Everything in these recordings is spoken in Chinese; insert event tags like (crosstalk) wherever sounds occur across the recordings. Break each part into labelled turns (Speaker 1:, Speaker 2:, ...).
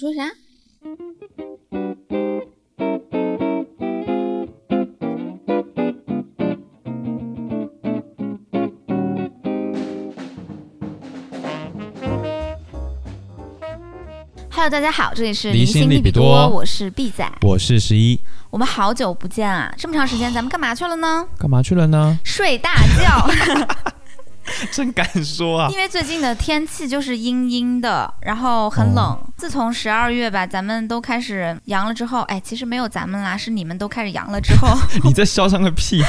Speaker 1: 你说啥？Hello，大家好，这里是
Speaker 2: 离心
Speaker 1: 利
Speaker 2: 利
Speaker 1: 比
Speaker 2: 比
Speaker 1: 多，
Speaker 2: 多
Speaker 1: 我是 B 仔。
Speaker 2: 我是十一，
Speaker 1: 我们好久不见啊，这么长时间，咱们干嘛去了呢？
Speaker 2: 干嘛去了呢？
Speaker 1: 睡大觉。
Speaker 2: 真敢说啊！
Speaker 1: 因为最近的天气就是阴阴的，然后很冷。自从十二月吧，咱们都开始阳了之后，哎，其实没有咱们啦，是你们都开始阳了之后，
Speaker 2: 你这嚣张个屁、啊！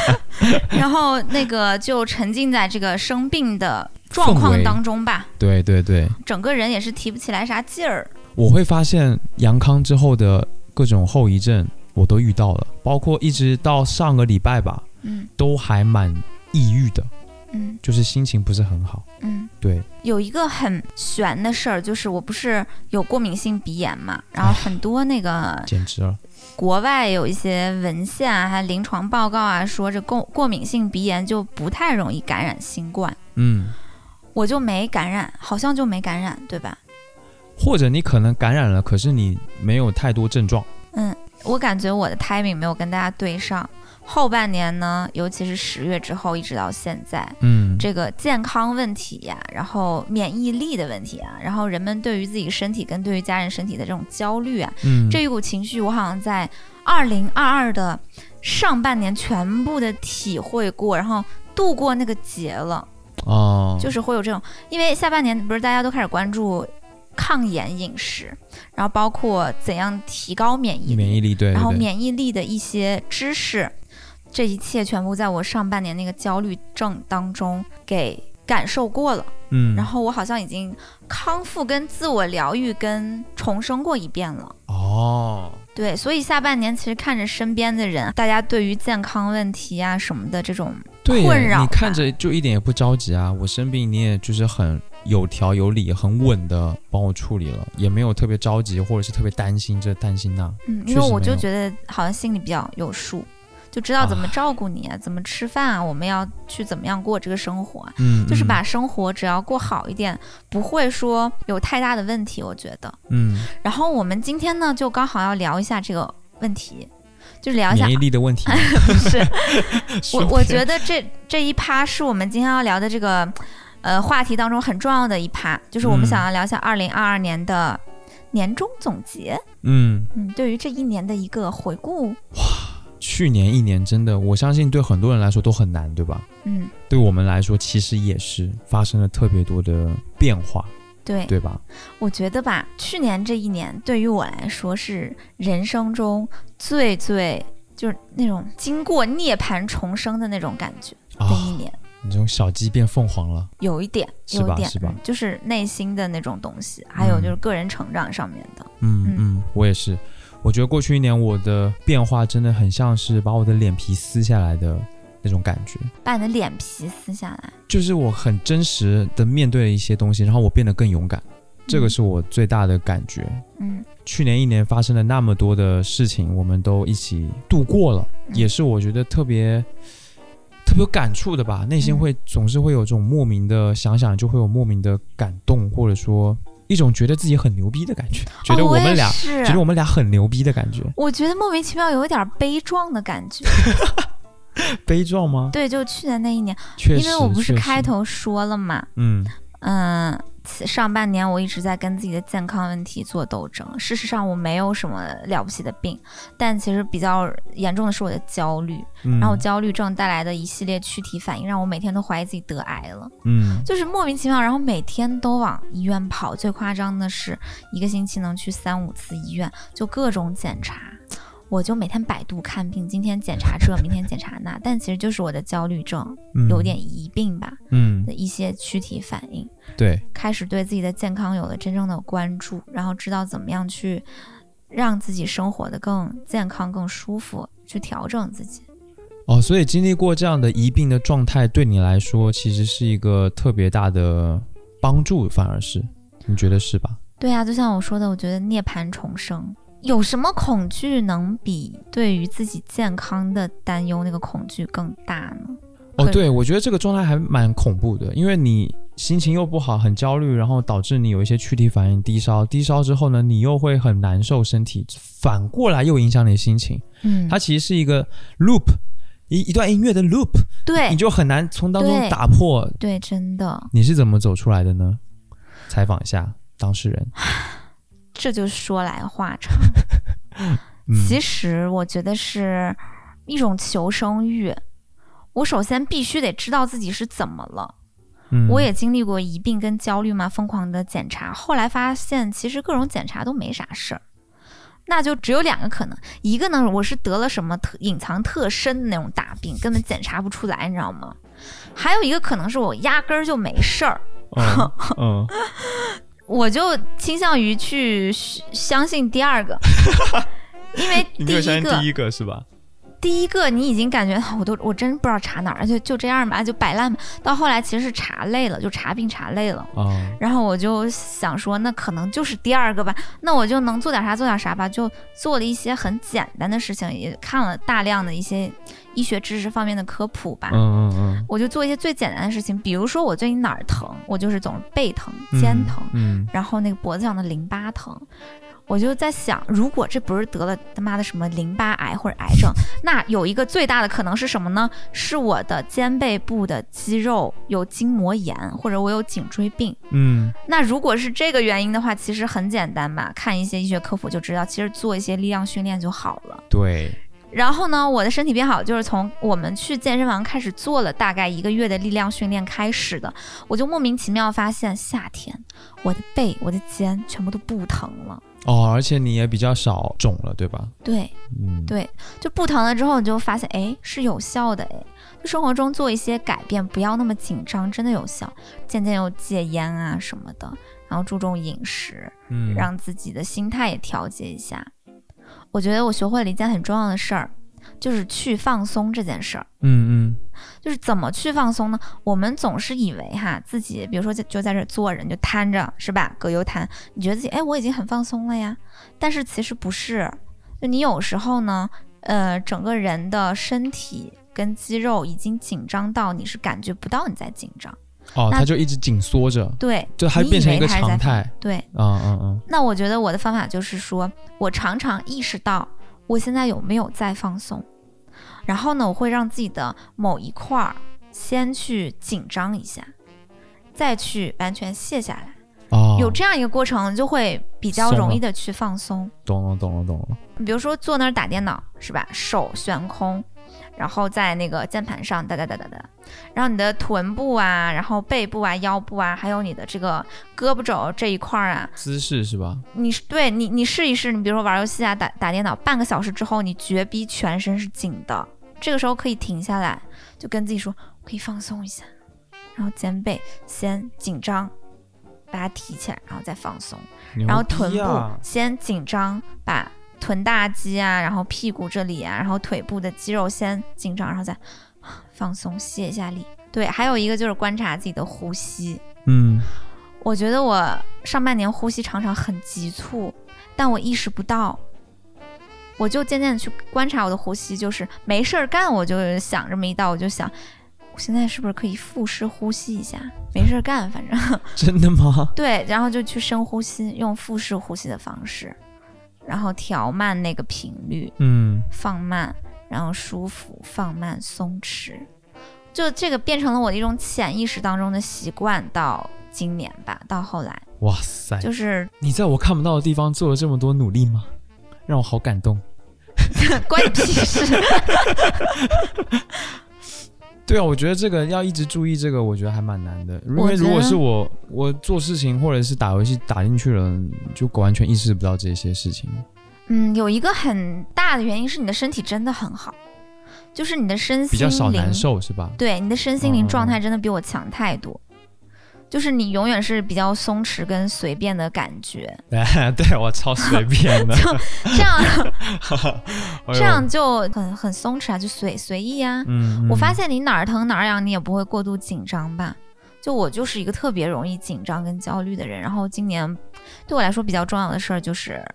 Speaker 1: 然后那个就沉浸在这个生病的状况当中吧，
Speaker 2: (laughs) 对对对，
Speaker 1: 整个人也是提不起来啥劲儿。
Speaker 2: 我会发现阳康之后的各种后遗症我都遇到了，包括一直到上个礼拜吧，
Speaker 1: 嗯
Speaker 2: 都还蛮抑郁的，
Speaker 1: 嗯
Speaker 2: 就是心情不是很好。
Speaker 1: 嗯。
Speaker 2: 对，
Speaker 1: 有一个很悬的事儿，就是我不是有过敏性鼻炎嘛，然后很多那个
Speaker 2: 简直了，
Speaker 1: 国外有一些文献啊，还临床报告啊，说这过过敏性鼻炎就不太容易感染新冠。
Speaker 2: 嗯，
Speaker 1: 我就没感染，好像就没感染，对吧？
Speaker 2: 或者你可能感染了，可是你没有太多症状。
Speaker 1: 嗯，我感觉我的 timing 没有跟大家对上。后半年呢，尤其是十月之后，一直到现在，
Speaker 2: 嗯，
Speaker 1: 这个健康问题呀、然后免疫力的问题啊，然后人们对于自己身体跟对于家人身体的这种焦虑啊，
Speaker 2: 嗯，
Speaker 1: 这一股情绪，我好像在二零二二的上半年全部的体会过，然后度过那个节了。
Speaker 2: 哦，
Speaker 1: 就是会有这种，因为下半年不是大家都开始关注抗炎饮食，然后包括怎样提高免疫力，
Speaker 2: 免疫力，对
Speaker 1: 然后
Speaker 2: 对对，
Speaker 1: 免疫力的一些知识，这一切全部在我上半年那个焦虑症当中给感受过了，
Speaker 2: 嗯，
Speaker 1: 然后我好像已经康复、跟自我疗愈、跟重生过一遍了。
Speaker 2: 哦，
Speaker 1: 对，所以下半年其实看着身边的人，大家对于健康问题啊什么的这种
Speaker 2: 对耶，
Speaker 1: 困扰
Speaker 2: 你看
Speaker 1: 吧
Speaker 2: 着就一点也不着急啊。我生病，你也就是很有条有理、很稳的帮我处理了，也没有特别着急或者是特别担心这担心那、
Speaker 1: 嗯，
Speaker 2: 确
Speaker 1: 因为
Speaker 2: 实
Speaker 1: 我
Speaker 2: 没
Speaker 1: 就
Speaker 2: 有
Speaker 1: 觉得好像心里比较有数，就知道怎么照顾你啊，怎么吃饭啊，我们要去怎么样过这个生活啊，
Speaker 2: 嗯，
Speaker 1: 就是
Speaker 2: 嗯
Speaker 1: 把生活只要过好一点，不会说有太大的问题，我觉得。
Speaker 2: 嗯
Speaker 1: 然后我们今天呢，就刚好要聊一下这个问题，就聊一下
Speaker 2: 免疫力的问
Speaker 1: (laughs)
Speaker 2: 题。
Speaker 1: 不
Speaker 2: (laughs)
Speaker 1: 是我，
Speaker 2: 说
Speaker 1: 我
Speaker 2: 偏
Speaker 1: 觉得这这一趴是我们今天要聊的这个呃话题当中很重要的一趴，就是我们
Speaker 2: 嗯
Speaker 1: 想要聊一下二零二二年的年终总结，
Speaker 2: 嗯，
Speaker 1: 嗯，对于这一年的一个回顾。
Speaker 2: 去年一年真的，我相信对很多人来说都很难，对吧？
Speaker 1: 嗯，
Speaker 2: 对我们来说，其实也是发生了特别多的变化，
Speaker 1: 对，
Speaker 2: 对吧？
Speaker 1: 我觉得吧，去年这一年对于我来说是人生中最最就是那种经过涅槃重生的那种感觉
Speaker 2: 啊
Speaker 1: 的，一年，
Speaker 2: 你这种小鸡变凤凰了，
Speaker 1: 有一点，
Speaker 2: 是
Speaker 1: 有一
Speaker 2: 吧
Speaker 1: 点
Speaker 2: 是吧
Speaker 1: 嗯就是内心的那种东西，还有就是个人成长上面的，
Speaker 2: 嗯
Speaker 1: 嗯
Speaker 2: 嗯，我也是。我觉得过去一年我的变化真的很像是把我的脸皮撕下来的那种感觉，
Speaker 1: 把你的脸皮撕下来。
Speaker 2: 就是我很真实的面对了一些东西，然后我变得更勇敢，这个是我最大的感觉。
Speaker 1: 嗯
Speaker 2: 去年一年发生了那么多的事情，我们都一起度过了，
Speaker 1: 嗯
Speaker 2: 也是我觉得特别特别有感触的吧。内
Speaker 1: 嗯
Speaker 2: 心会总是会有这种莫名的，想想就会有莫名的感动，或者说一种觉得自己很牛逼的感觉，觉得
Speaker 1: 哦、
Speaker 2: 我
Speaker 1: 也
Speaker 2: 们俩、
Speaker 1: 是嗯
Speaker 2: 觉得我们俩很牛逼的感觉。
Speaker 1: 我觉得莫名其妙有一点悲壮的感觉。
Speaker 2: 悲壮吗？
Speaker 1: 对，就去年那一年，
Speaker 2: 确实，
Speaker 1: 因为我不是
Speaker 2: 确实
Speaker 1: 开，头说了嘛，
Speaker 2: 嗯
Speaker 1: 嗯，此上半年我一直在跟自己的健康问题做斗争。事实上，我没有什么了不起的病，但其实比较严重的是我的焦虑，
Speaker 2: 嗯，
Speaker 1: 然后焦虑症带来的一系列躯体反应，让我每天都怀疑自己得癌了，
Speaker 2: 嗯
Speaker 1: 就是莫名其妙。然后每天都往医院跑，最夸张的是一个星期能去三五次医院，就各种检查。我就每天百度看病，今天检查这，明天检查那，但其实就是我的焦虑症
Speaker 2: 嗯
Speaker 1: 有点疑病吧
Speaker 2: 嗯
Speaker 1: 的一些躯体反应。
Speaker 2: 对，
Speaker 1: 开始对自己的健康有了真正的关注，然后知道怎么样去让自己生活的更健康、更舒服，去调整自己。
Speaker 2: 哦，所以经历过这样的疑病的状态，对你来说其实是一个特别大的帮助，反而是你觉得是吧？
Speaker 1: 对啊，就像我说的，我觉得涅槃重生。有什么恐惧能比对于自己健康的担忧那个恐惧更大呢？
Speaker 2: 哦，
Speaker 1: 对
Speaker 2: 对，我觉得这个状态还蛮恐怖的，因为你心情又不好，很焦虑，然后导致你有一些躯体反应，低烧，低烧之后呢，你又会很难受，身体反过来又影响你的心情，
Speaker 1: 嗯，
Speaker 2: 它其实是一个 loop，一一段音乐的 loop，
Speaker 1: 对
Speaker 2: 你就很难从当中
Speaker 1: 哎对
Speaker 2: 打破。
Speaker 1: 对，真的，
Speaker 2: 你是怎么走出来的呢？采访一下当事人。
Speaker 1: 这就说来话长。
Speaker 2: 嗯，
Speaker 1: 其实我觉得是一种求生欲。我首先必须得知道自己是怎么了。
Speaker 2: 嗯
Speaker 1: 我也经历过疑病跟焦虑嘛，疯狂的检查，后来发现其实各种检查都没啥事儿。那就只有两个可能，一个呢，我是得了什么特隐藏特深的那种大病，根本检查不出来，你知道吗？还有一个可能是我压根儿就没事儿， (laughs)
Speaker 2: 嗯嗯，
Speaker 1: 我就倾向于去相信第二个，因为
Speaker 2: (laughs)
Speaker 1: 第
Speaker 2: 你没有
Speaker 1: 一
Speaker 2: 相信
Speaker 1: 个
Speaker 2: 第一个是吧？
Speaker 1: 第一个你已经感觉哦我都我真不知道查哪儿，就就这样吧，就摆烂吧。到后来其实是查累了，就查病查累了。
Speaker 2: 啊、
Speaker 1: 然后我就想说，那可能就是第二个吧，那我就能做点啥做点啥吧，就做了一些很简单的事情，也看了大量的一些医学知识方面的科普吧。
Speaker 2: 嗯嗯嗯，
Speaker 1: 我就做一些最简单的事情，比如说我最近哪儿疼，我就是总是背疼、肩疼，
Speaker 2: 嗯，
Speaker 1: 然后那个脖子上的淋巴疼。我就在想，如果这不是得了他妈的什么淋巴癌或者癌症，那有一个最大的可能是什么呢？是我的肩背部的肌肉有筋膜炎，或者我有颈椎病。
Speaker 2: 嗯
Speaker 1: 那如果是这个原因的话，其实很简单吧，看一些医学科普就知道，其实做一些力量训练就好了
Speaker 2: 嗯，。对，
Speaker 1: 然后呢，我的身体变好就是从我们去健身房开始做了大概一个月的力量训练开始的。我就莫名其妙发现，夏天我的背、我的肩全部都不疼了。
Speaker 2: 哦，而且你也比较少肿了，对吧？
Speaker 1: 对，
Speaker 2: 嗯，
Speaker 1: 对就不疼了之后，你就发现，哎，是有效的，哎，就生活中做一些改变，不要那么紧张，真的有效。渐渐又戒烟啊什么的，然后注重饮食，
Speaker 2: 嗯，
Speaker 1: 让自己的心态也调节一下。我觉得我学会了一件很重要的事儿，就是去放松这件事儿。
Speaker 2: 嗯
Speaker 1: 就是怎么去放松呢？我们总是以为哈自己，比如说就就在这儿坐着，你就瘫着是吧？葛优瘫，你觉得自己哎我已经很放松了呀，但是其实不是，就你有时候呢，呃，整个人的身体跟肌肉已经紧张到你是感觉不到你在紧张，
Speaker 2: 嗯，哦，
Speaker 1: 那
Speaker 2: 它就一直紧缩着，
Speaker 1: 对，
Speaker 2: 就它
Speaker 1: 你以
Speaker 2: 变成
Speaker 1: 为
Speaker 2: 一个
Speaker 1: 它是
Speaker 2: 常
Speaker 1: 在
Speaker 2: 态。
Speaker 1: 对，
Speaker 2: 啊啊啊！
Speaker 1: 那我觉得我的方法就是说，我常常意识到我现在有没有在放松，然后呢，我会让自己的某一块儿先去紧张一下，再去完全卸下来。
Speaker 2: 哦，
Speaker 1: 有这样一个过程，就会比较
Speaker 2: 松了
Speaker 1: 容易的去放松。
Speaker 2: 懂了懂了懂了。
Speaker 1: 你比如说坐那儿打电脑是吧，手悬空，然后在那个键盘上哒哒哒哒哒，然后你的臀部啊，然后背部啊、腰部啊，还有你的这个胳膊肘这一块儿啊，
Speaker 2: 姿势是吧？
Speaker 1: 你是对你你试一试，你比如说玩游戏啊，打打电脑，半个小时之后，你绝逼全身是紧的，这个时候可以停下来，就跟自己说，我可以放松一下，然后肩背先紧张，把它提起来，然后再放松，然后臀
Speaker 2: 牛逼
Speaker 1: 部
Speaker 2: 啊
Speaker 1: 先紧张，把臀大肌啊，然后屁股这里啊，然后腿部的肌肉先紧张，然后再啊放松，卸一下力。对，还有一个就是观察自己的呼吸，
Speaker 2: 嗯，
Speaker 1: 我觉得我上半年呼吸常常很急促，但我意识不到。我就渐渐地去观察我的呼吸，就是没事儿干，我就想这么一道，我就想，我现在是不是可以腹式呼吸一下？没事儿干，反正 (laughs)
Speaker 2: 真的吗？
Speaker 1: 对，然后就去深呼吸，用腹式呼吸的方式，然后调慢那个频率，
Speaker 2: 嗯，
Speaker 1: 放慢，然后舒服，放慢，松弛，就这个变成了我的一种潜意识当中的习惯，到今年吧，到后来。
Speaker 2: 哇塞，
Speaker 1: 就是
Speaker 2: 你在我看不到的地方做了这么多努力吗？让我好感动。
Speaker 1: 关你屁
Speaker 2: (laughs)
Speaker 1: 事。
Speaker 2: 对啊，我觉得这个要一直注意这个，我觉得还蛮难的。因
Speaker 1: 我
Speaker 2: 为
Speaker 1: 觉
Speaker 2: 如果
Speaker 1: 得
Speaker 2: 是我，我做事情或者是打游戏打进去了，就完全意识不到这些事情。
Speaker 1: 嗯，有一个很大的原因是你的身体真的很好，就是你的身
Speaker 2: 比
Speaker 1: 心
Speaker 2: 较少
Speaker 1: 灵
Speaker 2: 难，受是 (laughs) 吧？
Speaker 1: 对你的身心灵
Speaker 2: 嗯
Speaker 1: 状态真的比我强太多。就是你永远是比较松弛跟随便的感觉，
Speaker 2: 哎，对我超随便 (laughs) 的，
Speaker 1: 这样
Speaker 2: 哎呦
Speaker 1: 这样，就很很松弛啊，就随随意啊。
Speaker 2: 嗯，嗯
Speaker 1: 我发现你哪儿疼哪儿痒，你也不会过度紧张吧？就我就是一个特别容易紧张跟焦虑的人，然后今年对我来说比较重要的事儿就是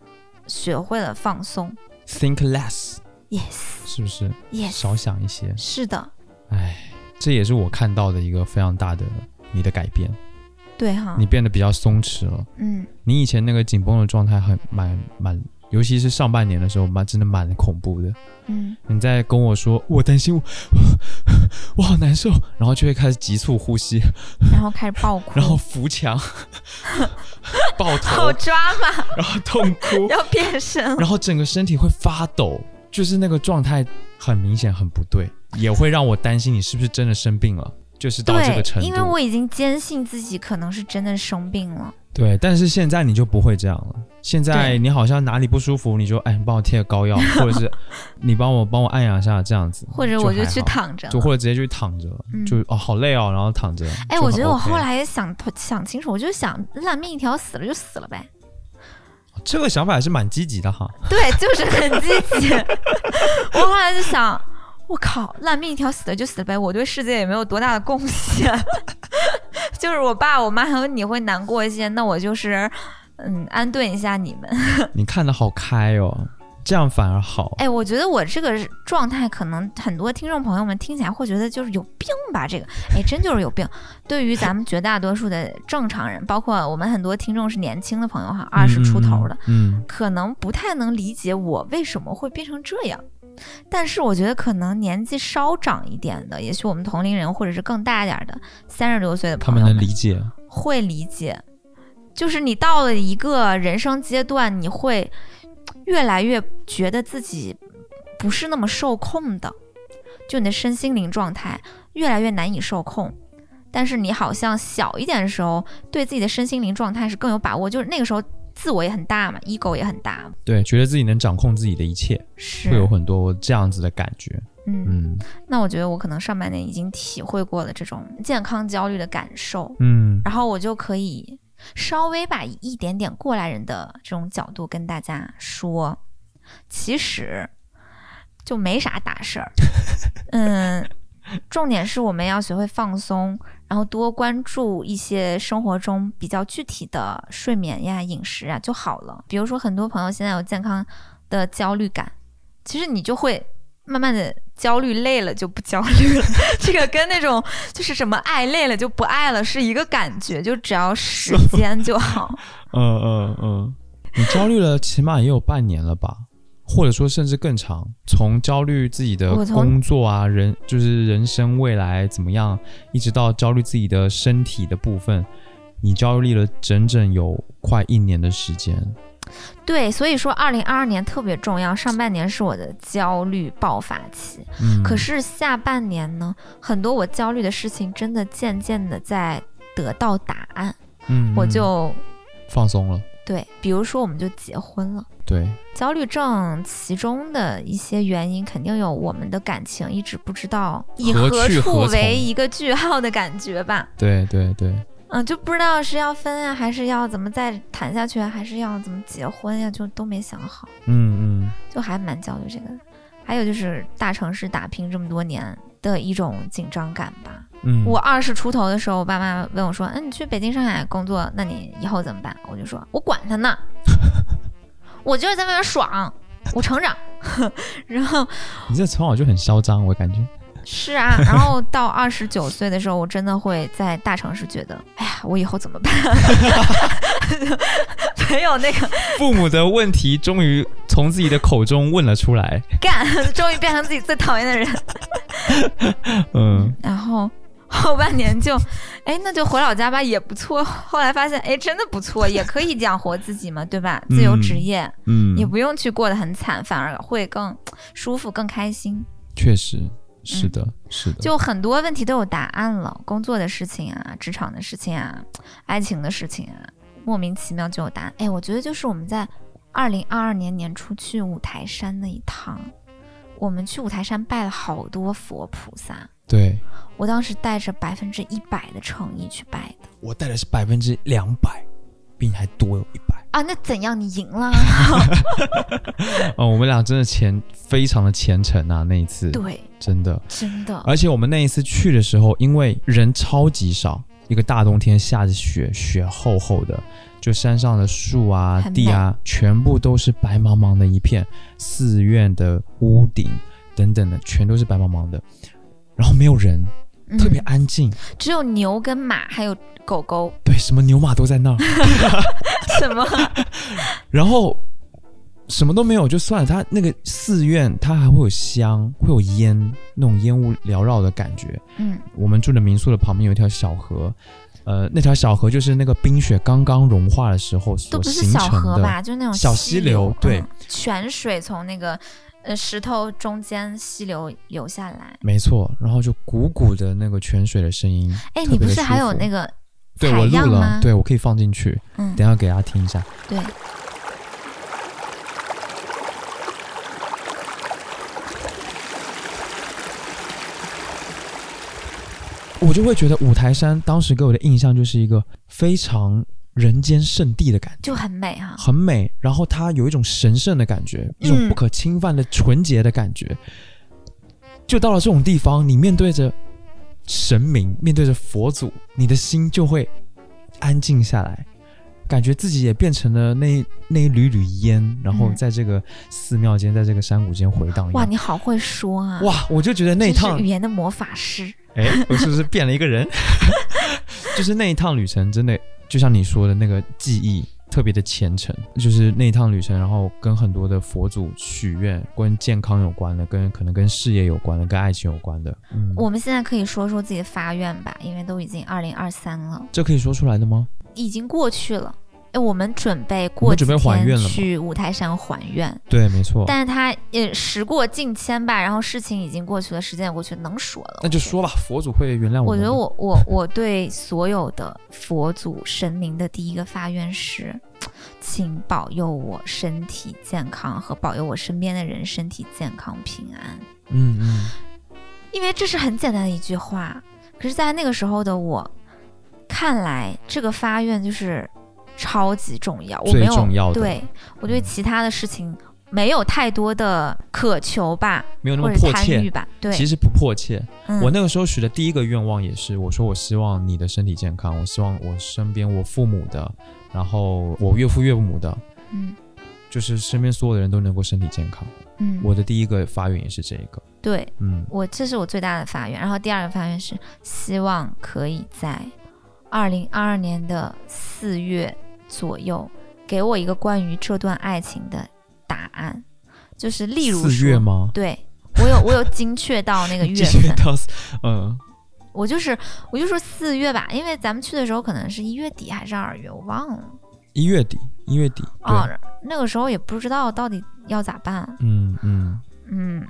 Speaker 1: 学会了放松。
Speaker 2: think less
Speaker 1: Yes,
Speaker 2: 是不是
Speaker 1: yes，
Speaker 2: 少想一些？
Speaker 1: 是的，
Speaker 2: 哎，这也是我看到的一个非常大的你的改变。
Speaker 1: 对哈，
Speaker 2: 你变得比较松弛了。
Speaker 1: 嗯，
Speaker 2: 你以前那个紧绷的状态很蛮蛮，尤其是上半年的时候，蛮真的蛮恐怖的。
Speaker 1: 嗯，
Speaker 2: 你在跟我说我担心我， (laughs) 我好难受，然后就会开始急促呼
Speaker 1: (laughs)
Speaker 2: 吸，
Speaker 1: 然后开始爆哭，
Speaker 2: 然后扶墙， (laughs) 抱头
Speaker 1: 好，抓嘛，
Speaker 2: 然后痛
Speaker 1: (laughs)
Speaker 2: 哭，
Speaker 1: 要变身了。
Speaker 2: 然后整个身体会发抖，就是那个状态很明显很不对，也会让我担心你是不是真的生病了，就是 (laughs) 到这个程
Speaker 1: 对，
Speaker 2: 度。
Speaker 1: 因为我已经坚信自己可能是真的生病了。
Speaker 2: 对，但是现在你就不会这样了。现在
Speaker 1: 对
Speaker 2: 你好像哪里不舒服，你就哎，你帮我贴个膏药，或者是 (laughs) 你帮我帮我按两下这样子，
Speaker 1: 或者我就
Speaker 2: 还
Speaker 1: 去
Speaker 2: 好，
Speaker 1: 躺着
Speaker 2: 就
Speaker 1: 了。
Speaker 2: 或者直接去躺着，
Speaker 1: 嗯
Speaker 2: 就哦好累哦，然后躺着。
Speaker 1: 哎，
Speaker 2: 就哦
Speaker 1: 我
Speaker 2: 很
Speaker 1: 觉得我
Speaker 2: OK
Speaker 1: 后来也想想清楚，我就想烂命一条，死了就死了呗。
Speaker 2: 这个想法还是蛮积极
Speaker 1: (laughs)
Speaker 2: 的哈。
Speaker 1: 对，就是很积极。我后来就想，我靠，烂命一条，死了就死了呗。我对世界也没有多大的贡献， (laughs) 就是我爸我妈还有你会难过一些，那我就是嗯安顿一下你们。
Speaker 2: 你看的好开哦，这样反而好。
Speaker 1: 哎，我觉得我这个状态，可能很多听众朋友们听起来会觉得就是有病吧，这个，哎，真就是有病。对于咱们绝大多数的正常人，包括我们很多听众是年轻的朋友哈，二十出头的，
Speaker 2: 嗯，
Speaker 1: 可能不太能理解我为什么会变成这样。但是我觉得，可能年纪稍长一点的，也许我们同龄人或者是更大一点的，三十多岁的
Speaker 2: 他
Speaker 1: 朋
Speaker 2: 们
Speaker 1: 友
Speaker 2: 能
Speaker 1: 们
Speaker 2: 理解。
Speaker 1: 会理解。就是你到了一个人生阶段，你会越来越觉得自己不是那么受控的，就你的身心灵状态越来越难以受控。但是你好像小一点的时候，对自己的身心灵状态是更有把握，就是那个时候自我也很大嘛，ego 也很大嘛
Speaker 2: 对，觉得自己能掌控自己的一切，
Speaker 1: 是
Speaker 2: 会有很多这样子的感觉。
Speaker 1: 嗯，
Speaker 2: 嗯
Speaker 1: 那我觉得我可能上半年已经体会过了这种健康焦虑的感受，
Speaker 2: 嗯，
Speaker 1: 然后我就可以稍微把一点点过来人的这种角度跟大家说，其实就没啥大事儿，嗯，重点是我们要学会放松，然后多关注一些生活中比较具体的睡眠呀、饮食啊就好了。比如说，很多朋友现在有健康的焦虑感，其实你就会慢慢的焦虑累了就不焦虑了。 (laughs) 这个跟那种就是什么爱累了就不爱了是一个感觉，就只要时间就好。
Speaker 2: 嗯嗯嗯，你焦虑了，起码也有半年了吧，或者说甚至更长。从焦虑自己的
Speaker 1: 我从
Speaker 2: 工作啊，人就是人生未来怎么样，一直到焦虑自己的身体的部分，你焦虑了整整有快一年的时间。
Speaker 1: (laughs) 对，所以说二零二二年特别重要，上半年是我的焦虑爆发期。
Speaker 2: 嗯，
Speaker 1: 可是下半年呢，很多我焦虑的事情真的渐渐的在得到答案，
Speaker 2: 嗯，
Speaker 1: 我
Speaker 2: 嗯
Speaker 1: 就
Speaker 2: 放松了。
Speaker 1: 对，比如说我们就结婚了。
Speaker 2: 对，
Speaker 1: 焦虑症其中的一些原因，肯定有我们的感情一直不知道以
Speaker 2: 何
Speaker 1: 何
Speaker 2: 去
Speaker 1: 处
Speaker 2: 何从
Speaker 1: 为一个句号的感觉吧。
Speaker 2: 对，对，对，
Speaker 1: 嗯，就不知道是要分啊，还是要怎么再谈下去啊，还是要怎么结婚呀、就都没想好，
Speaker 2: 嗯嗯，
Speaker 1: 就还蛮焦虑这个的。还有就是大城市打拼这么多年的一种紧张感吧。
Speaker 2: 嗯，
Speaker 1: 我二十出头的时候，我爸妈问我说：“嗯，你去北京、上海工作，那你以后怎么办？”我就说：“我管他呢，我就是在外面爽，我成长。” (laughs) 然后
Speaker 2: 你这从小就很嚣张，我感觉。 (laughs)
Speaker 1: 是啊，然后到二十九岁的时候，我真的会在大城市觉得，哎呀，我以后怎么办？ (laughs) 没有那个
Speaker 2: 父母的问题终于从自己的口中问了出来。
Speaker 1: 干，终于变成自己最讨厌的人。
Speaker 2: 嗯，
Speaker 1: 然后后半年就，哎，那就回老家吧，也不错。后来发现，哎，真的不错，也可以养活自己嘛，对吧？自由职业。
Speaker 2: 嗯
Speaker 1: 也不用去过得很惨，反而会更舒服、更开心。
Speaker 2: 确实是的，是的。
Speaker 1: 嗯就很多问题都有答案了，工作的事情啊，职场的事情啊，爱情的事情啊，莫名其妙就有答案。哎，我觉得就是我们在二零二二年年初去五台山那一趟，我们去五台山拜了好多佛菩萨。
Speaker 2: 对，
Speaker 1: 我当时带着百分之一百的诚意去拜的
Speaker 2: 我带的是百分之两百，比你还多有一百。
Speaker 1: 啊，那怎样？你赢
Speaker 2: (laughs)
Speaker 1: 了啊？
Speaker 2: 哦，我们俩真的虔非常的虔诚啊，那一次
Speaker 1: 对，哦
Speaker 2: 真的。
Speaker 1: 真的。
Speaker 2: 而且我们那一次去的时候，因为人超级少，一个大冬天下着雪，雪厚厚的，就山上的树啊
Speaker 1: 很、美
Speaker 2: 地啊，全部都是白茫茫的一片，寺院的屋顶等等的，全都是白茫茫的，然后没有人，
Speaker 1: 嗯
Speaker 2: 特别安静，
Speaker 1: 只有牛跟马还有狗狗
Speaker 2: 对，什么牛马都在那儿，
Speaker 1: 什么？
Speaker 2: (laughs) 然后什么都没有就算了。它那个寺院，它还会有香，会有烟，那种烟雾缭绕的感觉。
Speaker 1: 嗯
Speaker 2: 我们住的民宿的旁边有一条小河，呃，那条小河就是那个冰雪刚刚融化的时候
Speaker 1: 都
Speaker 2: 所
Speaker 1: 不是
Speaker 2: 形
Speaker 1: 小
Speaker 2: 成
Speaker 1: 河
Speaker 2: 的。
Speaker 1: 吧，就是那种
Speaker 2: 小溪
Speaker 1: 溪
Speaker 2: 流对
Speaker 1: 嗯泉水从那个呃石头中间溪流流下来。
Speaker 2: 没错，然后就鼓鼓的那个泉水的声音，
Speaker 1: 哎，
Speaker 2: 特别
Speaker 1: 你不
Speaker 2: 地
Speaker 1: 是还
Speaker 2: 舒
Speaker 1: 有
Speaker 2: 服
Speaker 1: 那个
Speaker 2: 对
Speaker 1: 采
Speaker 2: 我录
Speaker 1: 样
Speaker 2: 了
Speaker 1: 吗，
Speaker 2: 对我可以放进去，
Speaker 1: 嗯
Speaker 2: 等一下给大家听一下。
Speaker 1: 对，
Speaker 2: 我就会觉得五台山当时给我的印象就是一个非常人间圣地的感觉。
Speaker 1: 就很美啊哈、
Speaker 2: 很美，然后它有一种神圣的感觉，一种不可侵犯的纯洁的感觉。就到了这种地方，你面对着神明，面对着佛祖，你的心就会安静下来，感觉自己也变成了那那一缕缕烟，然后
Speaker 1: 嗯
Speaker 2: 在这个寺庙间，在这个山谷间回荡一样。
Speaker 1: 哇，你好会说啊！
Speaker 2: 哇，我就觉得那一
Speaker 1: 真是
Speaker 2: 趟
Speaker 1: 语言的魔法师。
Speaker 2: 哎，我是不是变了一个人？ (laughs) 就是那一趟旅程，真的就像你说的那个记忆特别的虔诚，就是那一趟旅程，然后跟很多的佛祖许愿，跟健康有关的，跟可能跟事业有关的，跟爱情有关的，嗯，
Speaker 1: 我们现在可以说说自己的发愿吧，因为都已经二零二三了，
Speaker 2: 这可以说出来的吗？
Speaker 1: 已经过去了。哎，我们准备
Speaker 2: 我
Speaker 1: 过
Speaker 2: 们
Speaker 1: 几
Speaker 2: 准备还愿
Speaker 1: 天
Speaker 2: 了吗哦
Speaker 1: 去五台山还愿，
Speaker 2: 对，没错，
Speaker 1: 但是他也时过境迁吧，然后事情已经过去了，时间也过去了，能说了。
Speaker 2: 那就说吧，佛祖会原谅
Speaker 1: 我
Speaker 2: 我们
Speaker 1: 觉
Speaker 2: 的。
Speaker 1: 得我我我对所有的佛祖神明的第一个发愿是，请保佑我身体健康和保佑我身边的人身体健康平安，
Speaker 2: 嗯嗯，
Speaker 1: 因为这是很简单的一句话。可是，在那个时候的我看来，这个发愿就是超级重要。我
Speaker 2: 最
Speaker 1: 没有
Speaker 2: 重要的
Speaker 1: 对我对
Speaker 2: 嗯
Speaker 1: 其他的事情没有太多的渴求吧，
Speaker 2: 没有那
Speaker 1: 或
Speaker 2: 么
Speaker 1: 者
Speaker 2: 迫
Speaker 1: 贪欲
Speaker 2: 切，
Speaker 1: 吧。对，
Speaker 2: 其实不迫切。
Speaker 1: 嗯
Speaker 2: 我那个时候许的第一个愿望也是，我说我希望你的身体健康，我希望我身边我父母的，然后我岳父岳母的，
Speaker 1: 嗯
Speaker 2: 就是身边所有的人都能够身体健康。
Speaker 1: 嗯，
Speaker 2: 我的第一个发愿也是这一个，
Speaker 1: 对。
Speaker 2: 嗯，
Speaker 1: 我这是我最大的发愿，然后第二个发愿是希望可以在二零二二年的四月左右给我一个关于这段爱情的答案，就是例如
Speaker 2: 四月
Speaker 1: 说，
Speaker 2: 吗？
Speaker 1: 对我有我有精确到
Speaker 2: (laughs)
Speaker 1: 那个月
Speaker 2: 继续
Speaker 1: 份，
Speaker 2: 到四，嗯，
Speaker 1: 我就是我就说四月吧，因为咱们去的时候可能是一月底还是二月，我忘了
Speaker 2: 一月底，一月底，对，
Speaker 1: 哦，那个时候也不知道到底要咋办，
Speaker 2: 嗯嗯，
Speaker 1: 嗯，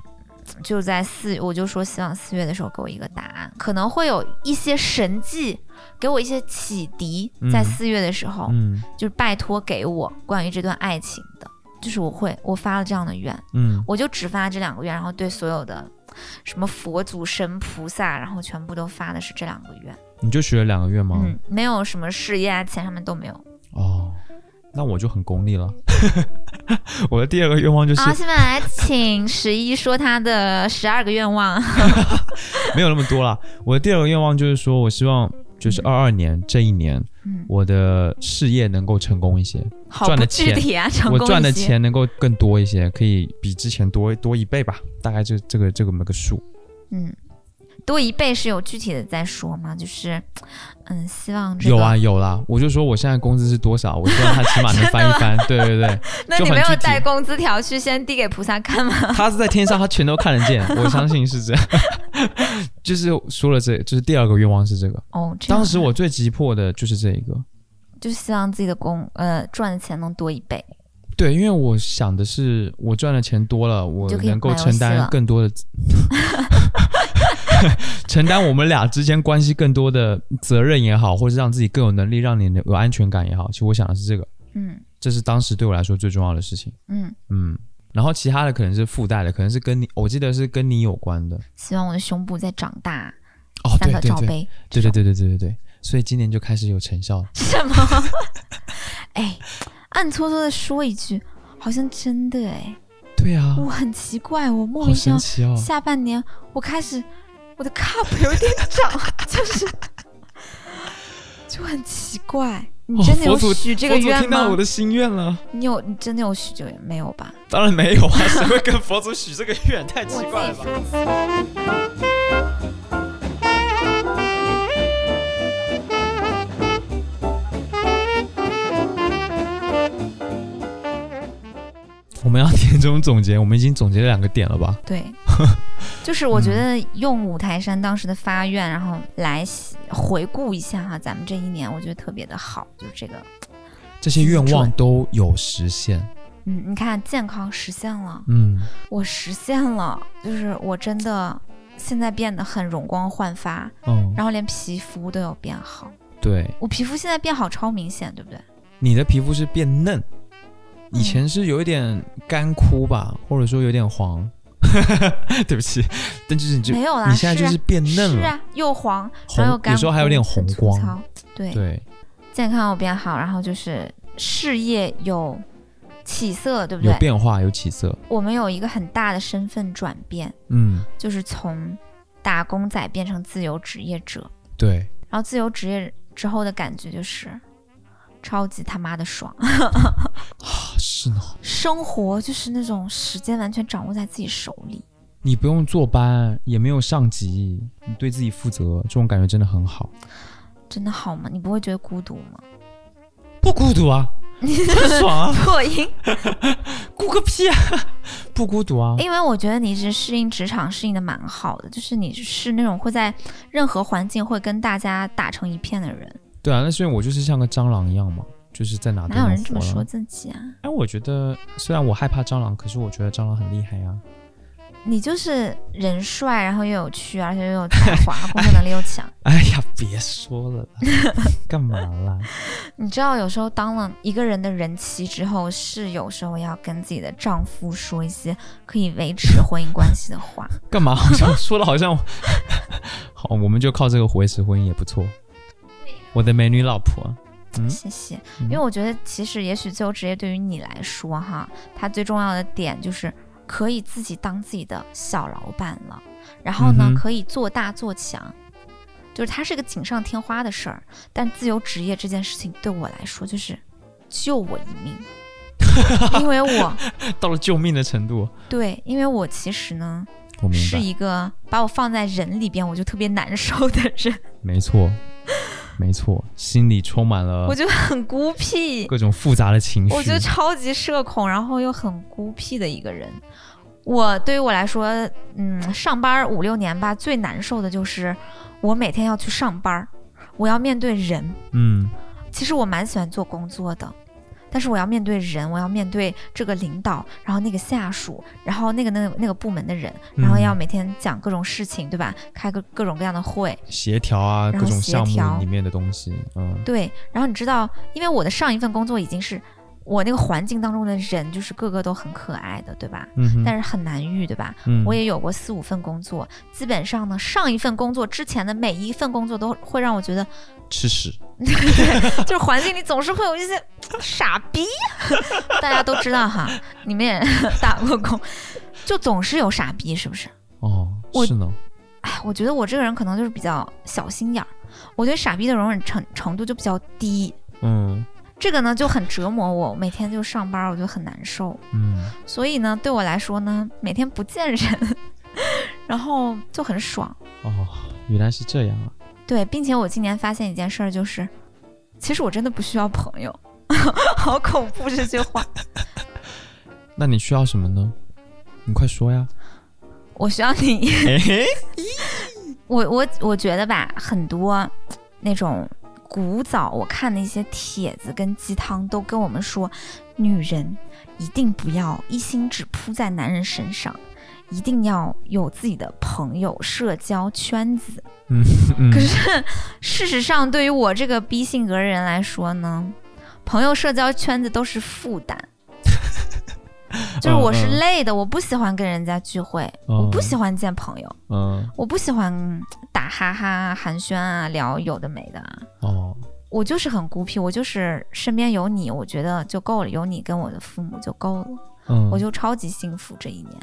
Speaker 1: 就在四，我就说希望四月的时候给我一个答案，可能会有一些神迹，给我一些启迪
Speaker 2: 嗯，
Speaker 1: 在四月的时候，
Speaker 2: 嗯
Speaker 1: 就是拜托给我关于这段爱情的，就是我会，我发了这样的愿，
Speaker 2: 嗯，
Speaker 1: 我就只发这两个愿，然后对所有的什么佛祖、神菩萨，然后全部都发的是这两个愿，
Speaker 2: 你就许了两个月吗？
Speaker 1: 嗯，没有什么事业啊、钱上面都没有
Speaker 2: 哦，那我就很功利了。 (laughs) 我的第二个愿望就是
Speaker 1: 好，下面来请十一说他的十二个愿望。 (laughs)
Speaker 2: 没有那么多啦。我的第二个愿望就是说，我希望就是二二年这一年，
Speaker 1: 嗯，
Speaker 2: 我的事业能够成功一些，
Speaker 1: 好
Speaker 2: 赚
Speaker 1: 不
Speaker 2: 的
Speaker 1: 具
Speaker 2: 钱
Speaker 1: 体啊，成
Speaker 2: 我
Speaker 1: 功
Speaker 2: 赚的
Speaker 1: 一些
Speaker 2: 钱能够更多一些，可以比之前多多一倍吧，大概就这个这个么个数。
Speaker 1: 嗯，多一倍是有具体的再说吗？就是，嗯，希望这个
Speaker 2: 有啊，有啦，我就说我现在工资是多少，我希望他起
Speaker 1: (laughs)
Speaker 2: 码能翻一翻。对对对，
Speaker 1: 那
Speaker 2: 就
Speaker 1: 你
Speaker 2: 很
Speaker 1: 没
Speaker 2: 具
Speaker 1: 有
Speaker 2: 体
Speaker 1: 带工资条去先递给菩萨看吗？
Speaker 2: 他是在天上，他全都看得见，我相信是这样。 (laughs) 就是说了这，就是第二个愿望是这个。
Speaker 1: 哦，这样
Speaker 2: 当时我最急迫的就是这一个，
Speaker 1: 就希望自己的工呃赚的钱能多一倍。
Speaker 2: 对，因为我想的是，我赚的钱多了，我
Speaker 1: 就可以
Speaker 2: 能够
Speaker 1: 买游戏
Speaker 2: 承担
Speaker 1: 了
Speaker 2: 更多的， (laughs)
Speaker 1: (laughs)
Speaker 2: 承担我们俩之间关系更多的责任也好，或者让自己更有能力，让你有安全感也好。其实我想的是这个，
Speaker 1: 嗯
Speaker 2: 这是当时对我来说最重要的事情。
Speaker 1: 嗯，
Speaker 2: 嗯，然后其他的可能是附带的，可能是跟你，我记得是跟你有关的。
Speaker 1: 希望我的胸部再长大
Speaker 2: 哦，
Speaker 1: 三
Speaker 2: 对
Speaker 1: 个
Speaker 2: 对
Speaker 1: 罩
Speaker 2: 对，
Speaker 1: 杯。
Speaker 2: 对对对对对对对，所以今年就开始有成效了。
Speaker 1: 什么？ (laughs) 哎，暗搓搓的说一句，好像真的哎，
Speaker 2: 对啊，
Speaker 1: 我很奇怪，我莫
Speaker 2: 好
Speaker 1: 名其
Speaker 2: 神
Speaker 1: 妙
Speaker 2: 奇哦！
Speaker 1: 下半年我开始我的 cup 有点长，就是就很奇怪。你
Speaker 2: 哦
Speaker 1: 真的有
Speaker 2: 佛祖
Speaker 1: 许这个
Speaker 2: 佛祖
Speaker 1: 愿
Speaker 2: 听到
Speaker 1: 吗
Speaker 2: 我？的心愿了。
Speaker 1: 你有你真的有许这个愿没有吧？
Speaker 2: 当然没有啊，谁会跟佛祖许这个愿？太
Speaker 1: 我自己？发现。
Speaker 2: 我们要 (laughs) 年终总结，我们已经总结了两个点了吧？ (laughs)
Speaker 1: 对，就是我觉
Speaker 2: 嗯
Speaker 1: 得用五台山当时的发愿，然后来回顾一下哈、咱们这一年，我觉得特别的好，就是这个，
Speaker 2: 这些愿望都有实现。
Speaker 1: 嗯，你看健康实现了，
Speaker 2: 嗯，
Speaker 1: 我实现了，就是我真的现在变得很容光焕发，
Speaker 2: 哦，
Speaker 1: 然后连皮肤都有变好，
Speaker 2: 对，
Speaker 1: 我皮肤现在变好超明显，对不对？
Speaker 2: 你的皮肤是变嫩，以前是有一点干枯吧，或者说有点黄。 (laughs) 对不起，但就是你就
Speaker 1: 没有啦，
Speaker 2: 你现在就是变嫩
Speaker 1: 是
Speaker 2: 了，
Speaker 1: 啊，又黄，
Speaker 2: 红
Speaker 1: 然后又干枯，
Speaker 2: 有时候还有点红
Speaker 1: 很粗
Speaker 2: 光
Speaker 1: 糙对，
Speaker 2: 对，
Speaker 1: 健康有变好，然后就是事业有起色，对不
Speaker 2: 有
Speaker 1: 对？
Speaker 2: 变化，有起色。
Speaker 1: 我们有一个很大的身份转变，
Speaker 2: 嗯，
Speaker 1: 就是从打工仔变成自由职业者。
Speaker 2: 对，
Speaker 1: 然后自由职业之后的感觉就是超级他妈的爽， (laughs)
Speaker 2: 啊是呢，
Speaker 1: 生活就是那种时间完全掌握在自己手里。
Speaker 2: 你不用坐班，也没有上级，你对自己负责，这种感觉真的很好。
Speaker 1: 真的好吗？你不会觉得孤独吗？ (laughs)
Speaker 2: 不孤独 (laughs) 啊，很 (laughs) 爽啊，
Speaker 1: 破音，
Speaker 2: 孤个屁啊，不孤独啊。
Speaker 1: 因为我觉得你一直适应职场适应的蛮好的，就是你是那种会在任何环境会跟大家打成一片的人。
Speaker 2: 对啊，那是因为我就是像个蟑螂一样嘛，就是在哪都
Speaker 1: 哪有
Speaker 2: 能
Speaker 1: 人这么
Speaker 2: 活了
Speaker 1: 说自己啊？
Speaker 2: 哎，我觉得虽然我害怕蟑螂，可是我觉得蟑螂很厉害呀、
Speaker 1: 你就是人帅，然后又有趣，而且又有才华，工作能力又强。
Speaker 2: 哎呀，别
Speaker 1: (laughs)
Speaker 2: 说了啦，干嘛啦？
Speaker 1: 你知道，有时候当了一个人的人妻之后，是有时候要跟自己的丈夫说一些可以维持婚姻关系的话。
Speaker 2: 干嘛？好像说的好像 (laughs) 好，我们就靠这个维持婚姻也不错。我的美女老婆，嗯
Speaker 1: 谢谢，
Speaker 2: 嗯
Speaker 1: 因为我觉得其实也许自由职业对于你来说，哈，它最重要的点就是可以自己当自己的小老板了，然后呢，
Speaker 2: 嗯哼
Speaker 1: 可以做大做强。就是它是个锦上添花的事儿，但自由职业这件事情对我来说就是救我一
Speaker 2: (laughs)
Speaker 1: 命，因为我
Speaker 2: 到了救命的程度，
Speaker 1: 对，因为我其实呢，
Speaker 2: 我明
Speaker 1: 是
Speaker 2: 白，
Speaker 1: 一个把我放在人里边，我就特别难受的人，
Speaker 2: 没错，没错，心里充满了
Speaker 1: 我就很孤僻，
Speaker 2: 各种复杂的情绪。
Speaker 1: 我就超级社恐，然后又很孤僻的一个人。我对于我来说，嗯，上班五六年吧，最难受的就是我每天要去上班，我要面对人。
Speaker 2: 嗯，
Speaker 1: 其实我蛮喜欢做工作的，但是我要面对人，我要面对这个领导，然后那个下属，然后那个那个那个部门的人，然后
Speaker 2: 嗯
Speaker 1: 要每天讲各种事情，对吧？开个各种各样的会，
Speaker 2: 协调啊，
Speaker 1: 然
Speaker 2: 各
Speaker 1: 后
Speaker 2: 种
Speaker 1: 协
Speaker 2: 项
Speaker 1: 调
Speaker 2: 目里面的东西，嗯，
Speaker 1: 对，然后你知道，因为我的上一份工作已经是我那个环境当中的人，就是个个都很可爱的，对吧？
Speaker 2: 嗯哼，
Speaker 1: 但是很难遇，对吧？
Speaker 2: 嗯
Speaker 1: 我也有过四五份工作，基本上呢，上一份工作之前的每一份工作都会让我觉得，
Speaker 2: 吃屎，
Speaker 1: 就是环境里总是会有一些 (laughs) 傻逼， (laughs) 大家都知道哈， (laughs) 你们也打过工，就总是有傻逼，是不是？
Speaker 2: 哦，
Speaker 1: 我
Speaker 2: 是呢，
Speaker 1: 哎，我觉得我这个人可能就是比较小心眼儿，我对傻逼的容忍程程度就比较低，
Speaker 2: 嗯
Speaker 1: 这个呢就很折磨我，每天就上班，我就很难受。
Speaker 2: 嗯，
Speaker 1: 所以呢，对我来说呢，每天不见人， (laughs) 然后就很爽。
Speaker 2: 哦，原来是这样啊，
Speaker 1: 对，并且我今年发现一件事儿，就是其实我真的不需要朋友， (laughs) 好恐怖这句话。
Speaker 2: 那你需要什么呢？你快说呀！
Speaker 1: 我需要你，
Speaker 2: 哎，
Speaker 1: 我我我觉得吧，很多那种古早我看的一些帖子跟鸡汤都跟我们说，女人一定不要一心只扑在男人身上，一定要有自己的朋友社交圈子。
Speaker 2: 嗯
Speaker 1: 可是事实上，对于我这个逼性格的人来说呢，朋友社交圈子都是负
Speaker 2: (laughs)
Speaker 1: 担。就是我是
Speaker 2: 嗯嗯
Speaker 1: 累的，我不喜欢跟人家聚会，我不喜欢见朋友。
Speaker 2: 嗯
Speaker 1: 我不喜欢打哈哈、寒暄啊，聊有的没的啊。
Speaker 2: 哦，
Speaker 1: 我就是很孤僻，我就是身边有你，我觉得就够了，有你跟我的父母就够了，
Speaker 2: 嗯，
Speaker 1: 我就超级幸福这一年，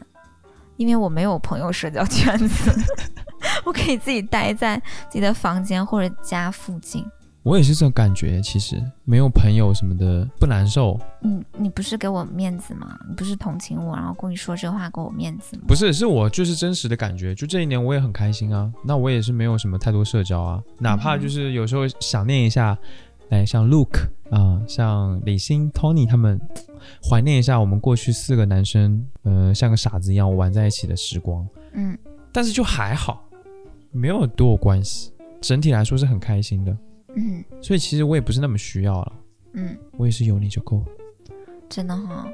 Speaker 1: 因为我没有朋友社交圈子， (laughs) 我可以自己待在自己的房间或者家附近。
Speaker 2: 我也是这种感觉，其实没有朋友什么的不难受，
Speaker 1: 你你不是给我面子吗？你不是同情我，然后故意说这话给我面子吗？
Speaker 2: 不是，是我就是真实的感觉，就这一年我也很开心啊，那我也是没有什么太多社交啊，哪怕就是有时候想念一下来像 Luke 啊、像李欣、Tony 他们，怀念一下我们过去四个男生，呃，像个傻子一样玩在一起的时光。
Speaker 1: 嗯，
Speaker 2: 但是就还好，没有多有关系，整体来说是很开心的。
Speaker 1: 嗯
Speaker 2: 所以其实我也不是那么需要了，
Speaker 1: 嗯，
Speaker 2: 我也是有你就够了。
Speaker 1: 真的哈、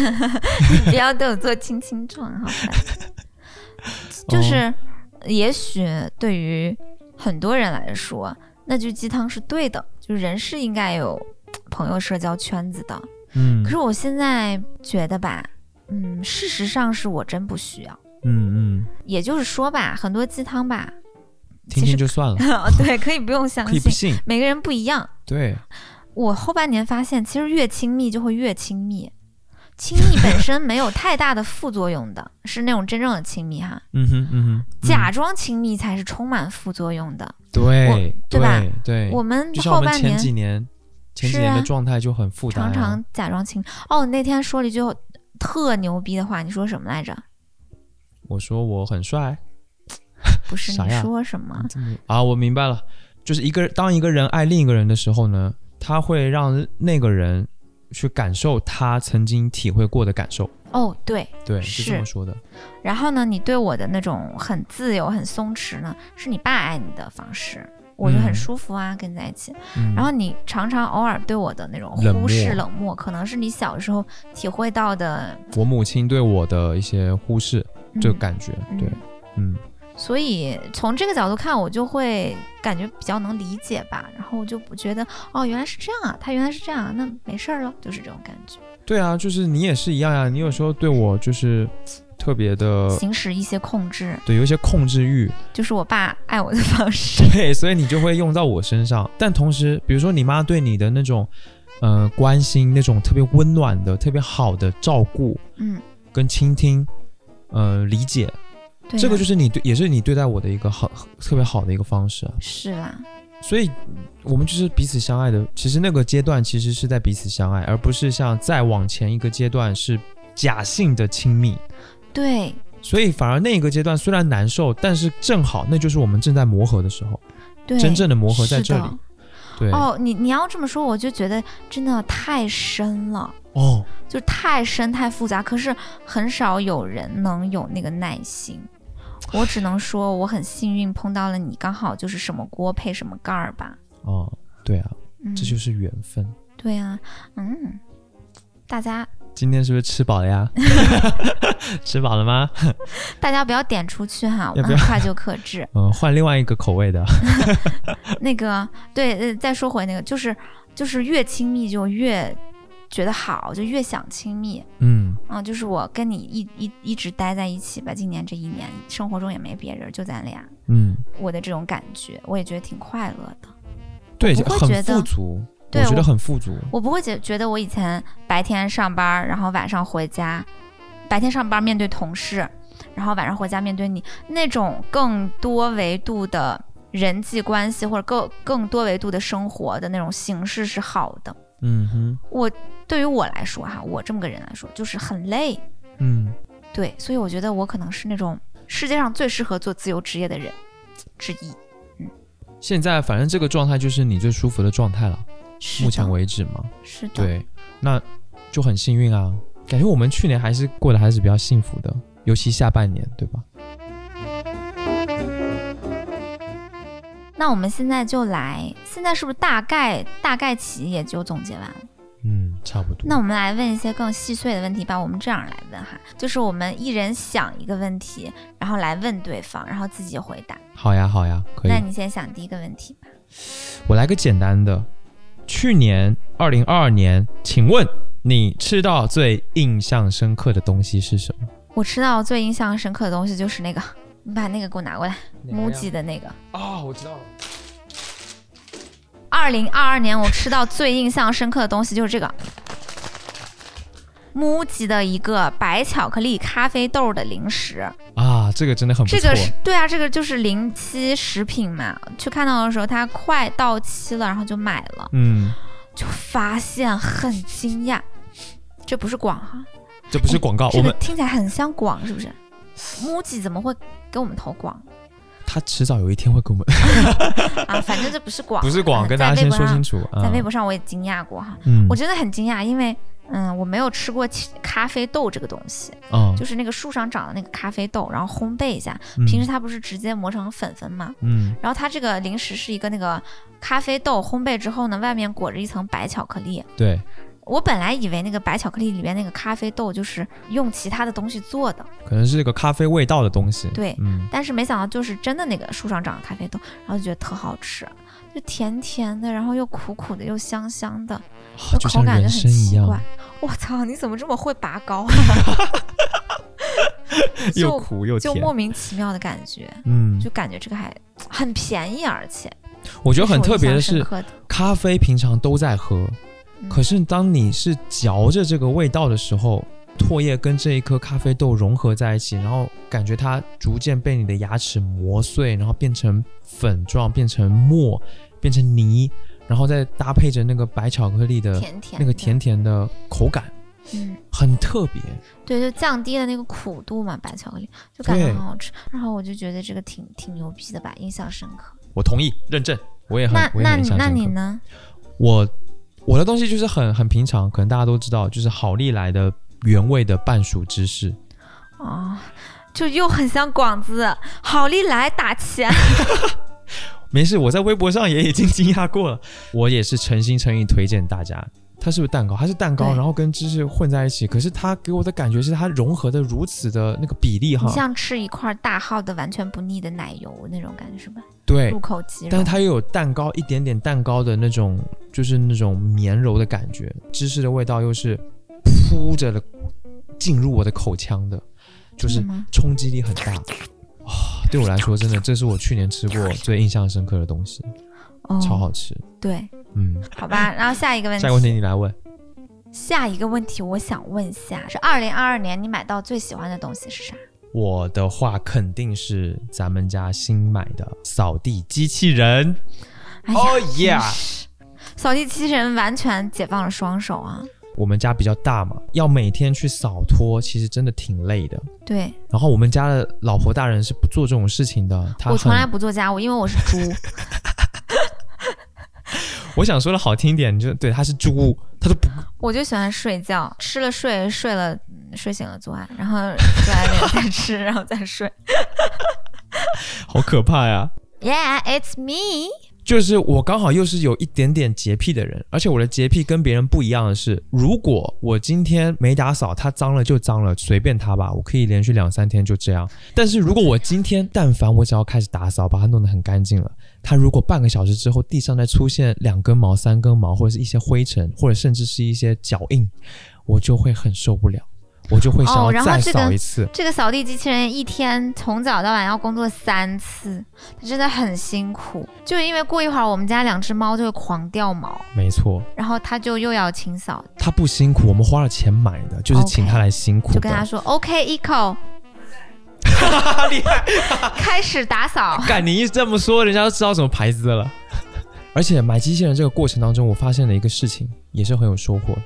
Speaker 1: 你不要对我做轻轻撞，好吧？ (laughs) 就是，也许对于很多人来说，那句鸡汤是对的，就人是应该有朋友社交圈子的。
Speaker 2: 嗯
Speaker 1: 可是我现在觉得吧，嗯，事实上是我真不需要。
Speaker 2: 嗯嗯，
Speaker 1: 也就是说吧，很多鸡汤吧，其
Speaker 2: 听听
Speaker 1: 实
Speaker 2: 就算了，
Speaker 1: (laughs) 对，可以不用相
Speaker 2: 可以不
Speaker 1: 信，
Speaker 2: 信。
Speaker 1: 每个人不一样。
Speaker 2: 对，
Speaker 1: 我后半年发现，其实越亲密就会越亲密，亲密本身没有太大的副作用的， (laughs) 是那种真正的亲密哈。
Speaker 2: 嗯哼嗯哼，嗯
Speaker 1: 假装亲密才是充满副作用的。
Speaker 2: 对
Speaker 1: 对吧
Speaker 2: 对对，
Speaker 1: 我们
Speaker 2: 就像我
Speaker 1: 后
Speaker 2: 们
Speaker 1: 半
Speaker 2: 前
Speaker 1: 年
Speaker 2: 几年前几
Speaker 1: 是
Speaker 2: 年的
Speaker 1: 啊
Speaker 2: 状态就很复杂、啊，
Speaker 1: 常常假装亲密。哦，那天说了一句特牛逼的话，你说什么来
Speaker 2: (laughs)
Speaker 1: 着？
Speaker 2: 我说我很帅，
Speaker 1: 不是
Speaker 2: 啥
Speaker 1: 你
Speaker 2: 呀
Speaker 1: 说什么？
Speaker 2: 这么啊，我明白了，就是一个当一个人爱另一个人的时候呢，他会让那个人去感受他曾经体会过的感受，
Speaker 1: 哦，对。
Speaker 2: 对，
Speaker 1: 是
Speaker 2: 这么说的，
Speaker 1: 然后呢，你对我的那种很自由、很松弛呢，是你爸爱你的方式，我就很
Speaker 2: 嗯
Speaker 1: 舒服啊，跟你在一起。
Speaker 2: 嗯，
Speaker 1: 然后你常常偶尔对我的那种
Speaker 2: 冷
Speaker 1: 忽视、
Speaker 2: 漠
Speaker 1: 冷漠，可能是你小时候体会到的，
Speaker 2: 我母亲对我的一些忽视，
Speaker 1: 嗯、
Speaker 2: 这个感觉，对，
Speaker 1: 嗯
Speaker 2: 嗯
Speaker 1: 所以从这个角度看，我就会感觉比较能理解吧。然后我就不觉得哦，原来是这样啊，他原来是这样啊，那没事儿了，就是这种感觉，
Speaker 2: 对啊，就是你也是一样呀、你有时候对我就是特别的，
Speaker 1: 行使一些控制，
Speaker 2: 对，有一些控制欲，
Speaker 1: 就是我爸爱我的方
Speaker 2: (laughs)
Speaker 1: 式。 (laughs)
Speaker 2: 对，所以你就会用到我身上。但同时，比如说你妈对你的那种，呃，关心，那种特别温暖的、特别好的照顾
Speaker 1: 嗯，
Speaker 2: 跟倾听，呃，理解，
Speaker 1: 对啊，
Speaker 2: 这个就是你对，也是你对待我的一个好特别好的一个方式啊。
Speaker 1: 是啦，
Speaker 2: 所以，我们就是彼此相爱的。其实那个阶段其实是在彼此相爱，而不是像再往前一个阶段是假性的亲密。
Speaker 1: 对，
Speaker 2: 所以，反而那个阶段虽然难受，但是正好那就是我们正在磨合的时候，
Speaker 1: 对，
Speaker 2: 真正的磨合在
Speaker 1: 是
Speaker 2: 这
Speaker 1: 的
Speaker 2: 里。对，
Speaker 1: 哦，你你要这么说，我就觉得真的太深了，
Speaker 2: 哦
Speaker 1: 就太深太复杂。可是很少有人能有那个耐心。我只能说，我很幸运碰到了你，刚好就是什么锅配什么盖儿吧。
Speaker 2: 哦，对啊，
Speaker 1: 嗯，
Speaker 2: 这就是缘分。
Speaker 1: 对啊，嗯，大家
Speaker 2: 今天是不是吃饱了 (laughs) 呀？吃饱了吗？
Speaker 1: 大家不要点出去哈，我
Speaker 2: 要
Speaker 1: 们很
Speaker 2: 不要
Speaker 1: 快就克
Speaker 2: (laughs)
Speaker 1: 制。
Speaker 2: 嗯，换另外一个口味的。
Speaker 1: 那个对，呃，再说回那个，就是就是越亲密就越觉得好，就越想亲密。
Speaker 2: 嗯，
Speaker 1: 嗯，就是我跟你一一一直待在一起吧，今年这一年生活中也没别人，就咱俩，
Speaker 2: 嗯，
Speaker 1: 我的这种感觉，我也觉得挺快乐的。
Speaker 2: 对，
Speaker 1: 不会觉
Speaker 2: 很
Speaker 1: 得
Speaker 2: 富足。
Speaker 1: 对
Speaker 2: 我觉
Speaker 1: 我
Speaker 2: 得很富足。
Speaker 1: 我不会觉觉得我以前白天上班，然后晚上回家，白天上班面对同事，然后晚上回家面对你那种更多维度的人际关系或者更更多维度的生活的那种形式是好的。
Speaker 2: 嗯哼，
Speaker 1: 我对于我来说哈，我这么个人来说就是很累，
Speaker 2: 嗯，
Speaker 1: 对，所以我觉得我可能是那种世界上最适合做自由职业的人之一。
Speaker 2: 现在反正这个状态就是你最舒服的状态了，
Speaker 1: 是
Speaker 2: 目前
Speaker 1: 的
Speaker 2: 为止嘛。
Speaker 1: 是的，
Speaker 2: 对，那就很幸运啊，感觉我们去年还是过得还是比较幸福的，尤其下半年，对吧？
Speaker 1: 那我们现在就来，现在是不是大概大概其也就总结完了？
Speaker 2: 嗯，差不多。
Speaker 1: 那我们来问一些更细碎的问题吧。我们这样来问哈，就是我们一人想一个问题，然后来问对方，然后自己回答。
Speaker 2: 好呀，好呀，可以
Speaker 1: 那。你先想第一个问题吧。
Speaker 2: 我来个简单的。去年二零二二年，请问你吃到最印象深刻的东西是什么？
Speaker 1: 我吃到最印象深刻的东西就是那个，你把那个给我拿过来，母鸡的那个。
Speaker 2: 啊、我知道了。
Speaker 1: 二零二二年我吃到最印象深刻的东西就是这个。木吉的一个白巧克力咖啡豆的零食，
Speaker 2: 啊，这个真的很不
Speaker 1: 这
Speaker 2: 错。
Speaker 1: 个是对啊，这个就是临期食品嘛。去看到的时候，它快到期了，然后就买了，
Speaker 2: 嗯，
Speaker 1: 就发现很惊讶，这不是广哈，
Speaker 2: 这不是广告，
Speaker 1: 这
Speaker 2: 啊我
Speaker 1: 个
Speaker 2: 们
Speaker 1: 听起来很像广，是不是？木吉怎么会给我们投广？
Speaker 2: 他迟早有一天会跟我
Speaker 1: (laughs)
Speaker 2: 们，
Speaker 1: 啊，反正这不是广，
Speaker 2: (laughs) 不是广，
Speaker 1: 嗯
Speaker 2: 跟大家先说清
Speaker 1: 在微博上
Speaker 2: 楚啊。
Speaker 1: 在微博上我也惊讶过哈，
Speaker 2: 嗯，
Speaker 1: 我真的很惊讶，因为嗯，我没有吃过起咖啡豆这个东西，
Speaker 2: 嗯，
Speaker 1: 就是那个树上长的那个咖啡豆，然后烘焙一下，
Speaker 2: 嗯
Speaker 1: 平时它不是直接磨成粉粉嘛，
Speaker 2: 嗯
Speaker 1: 然后它这个零食是一个那个咖啡豆烘焙之后呢，外面裹着一层白巧克力。
Speaker 2: 对，
Speaker 1: 我本来以为那个白巧克力里面那个咖啡豆就是用其他的东西做的，
Speaker 2: 可能是一个咖啡味道的东西。
Speaker 1: 对
Speaker 2: 嗯，
Speaker 1: 但是没想到就是真的那个树上长的咖啡豆，然后就觉得特好吃，就甜甜的，然后又苦苦的，又香香的，
Speaker 2: 啊
Speaker 1: 就
Speaker 2: 就
Speaker 1: 口
Speaker 2: 像
Speaker 1: 感就
Speaker 2: 人
Speaker 1: 很
Speaker 2: 生一
Speaker 1: 奇
Speaker 2: 样，
Speaker 1: 怪。 (laughs) 我操，你怎么这么会拔高啊？
Speaker 2: 又
Speaker 1: 就
Speaker 2: 苦 (laughs) 又
Speaker 1: 就
Speaker 2: 甜。
Speaker 1: 莫名其妙的感觉，
Speaker 2: 嗯，
Speaker 1: 就感觉这个还很便宜，而且
Speaker 2: 我觉
Speaker 1: 这
Speaker 2: 得
Speaker 1: 是我
Speaker 2: 很特
Speaker 1: 印
Speaker 2: 别
Speaker 1: 象
Speaker 2: 的
Speaker 1: 深
Speaker 2: 是，
Speaker 1: 刻的
Speaker 2: 咖啡平常都在喝，
Speaker 1: 嗯
Speaker 2: 可是当你是嚼着这个味道的时候，唾液跟这一颗咖啡豆融合在一起，然后感觉它逐渐被你的牙齿磨碎，然后变成粉状，变成沫，变成泥，然后再搭配着那个白巧克力的
Speaker 1: 甜甜
Speaker 2: 那
Speaker 1: 的
Speaker 2: 个甜，甜的口感，
Speaker 1: 嗯。
Speaker 2: 很特别。
Speaker 1: 对，就降低了那个苦度嘛，白巧克力就感觉
Speaker 2: 对
Speaker 1: 很好吃。然后我就觉得这个挺挺牛逼的吧，印象深刻。
Speaker 2: 我同意，认证，我也很
Speaker 1: 那
Speaker 2: 我也
Speaker 1: 那
Speaker 2: 很
Speaker 1: 你
Speaker 2: 印象
Speaker 1: 那
Speaker 2: 深
Speaker 1: 你
Speaker 2: 刻
Speaker 1: 呢？
Speaker 2: 我我的东西就是很很平常，可能大家都知道，就是好利来的原味的半熟芝士。
Speaker 1: 哦，就又很像广子，好利来打
Speaker 2: (laughs)
Speaker 1: 钱。
Speaker 2: 没事，我在微博上也已经惊讶过了。 (laughs) 我也是诚心诚意推荐大家。它是不是蛋糕？它是蛋糕，
Speaker 1: 对
Speaker 2: 然后跟芝士混在一起。可是它给我的感觉是它融合的如此的那个比例
Speaker 1: 你
Speaker 2: 哈，
Speaker 1: 像吃一块大号的完全不腻的奶油那种感觉是吧？
Speaker 2: 对
Speaker 1: 入。口即溶
Speaker 2: 但是。它又有蛋糕一点点蛋糕的那种，就是那种绵柔的感觉，芝士的味道又是扑着的进入我的口腔的，就
Speaker 1: 真的
Speaker 2: 是
Speaker 1: 吗
Speaker 2: 冲击力很大啊、对我来说，真的这是我去年吃过最印象深刻的东西，
Speaker 1: 哦，
Speaker 2: 超好吃。
Speaker 1: 对，
Speaker 2: 嗯，
Speaker 1: 好吧。然后下一个问题，
Speaker 2: 下一个问题你来问。
Speaker 1: 下一个问题，我想问一下，是二零二二年你买到最喜欢的东西是啥？
Speaker 2: 我的话肯定是咱们家新买的扫地机器人。
Speaker 1: 哎呀
Speaker 2: Oh
Speaker 1: 真
Speaker 2: yeah！
Speaker 1: 是扫地机器人完全解放了双手啊！
Speaker 2: 我们家比较大嘛，要每天去扫拖，其实真的挺累的。
Speaker 1: 对
Speaker 2: 然后我们家的老婆大人是不做这种事情的，她
Speaker 1: 我从来
Speaker 2: 很，
Speaker 1: 不做家务，因为我是
Speaker 2: (laughs)
Speaker 1: 猪。
Speaker 2: 我想说的好听一点，就对，她是猪，她都不
Speaker 1: 我就喜欢睡觉，吃了睡，睡了嗯睡醒了做爱，然后做爱了再吃，然后再睡。
Speaker 2: 好可怕呀。
Speaker 1: Yeah, it's me。
Speaker 2: 就是我刚好又是有一点点洁癖的人，而且我的洁癖跟别人不一样的是，如果我今天没打扫，它脏了就脏了，随便它吧，我可以连续两三天就这样。但是如果我今天但凡我只要开始打扫，把它弄得很干净了，它如果半个小时之后地上再出现两根毛、三根毛，或者是一些灰尘，或者甚至是一些脚印，我就会很受不了，我就会想
Speaker 1: 哦
Speaker 2: 要
Speaker 1: 然后
Speaker 2: 再
Speaker 1: 这个
Speaker 2: 扫一次。
Speaker 1: 这个扫地机器人一天从早到晚要工作三次，它真的很辛苦。就因为过一会儿我们家两只猫就会狂掉毛，
Speaker 2: 没错，
Speaker 1: 然后它就又要清扫，
Speaker 2: 它不辛苦，我们花了钱买的，就是请
Speaker 1: OK，
Speaker 2: 它来辛苦的。
Speaker 1: 就跟它
Speaker 2: (laughs)
Speaker 1: 说 OK, Eco，
Speaker 2: 厉害。
Speaker 1: 开始打扫。
Speaker 2: (laughs) 干，你一这么说，人家都知道什么牌子了。 (laughs) 而且买机器人这个过程当中，我发现了一个事情，也是很有收获，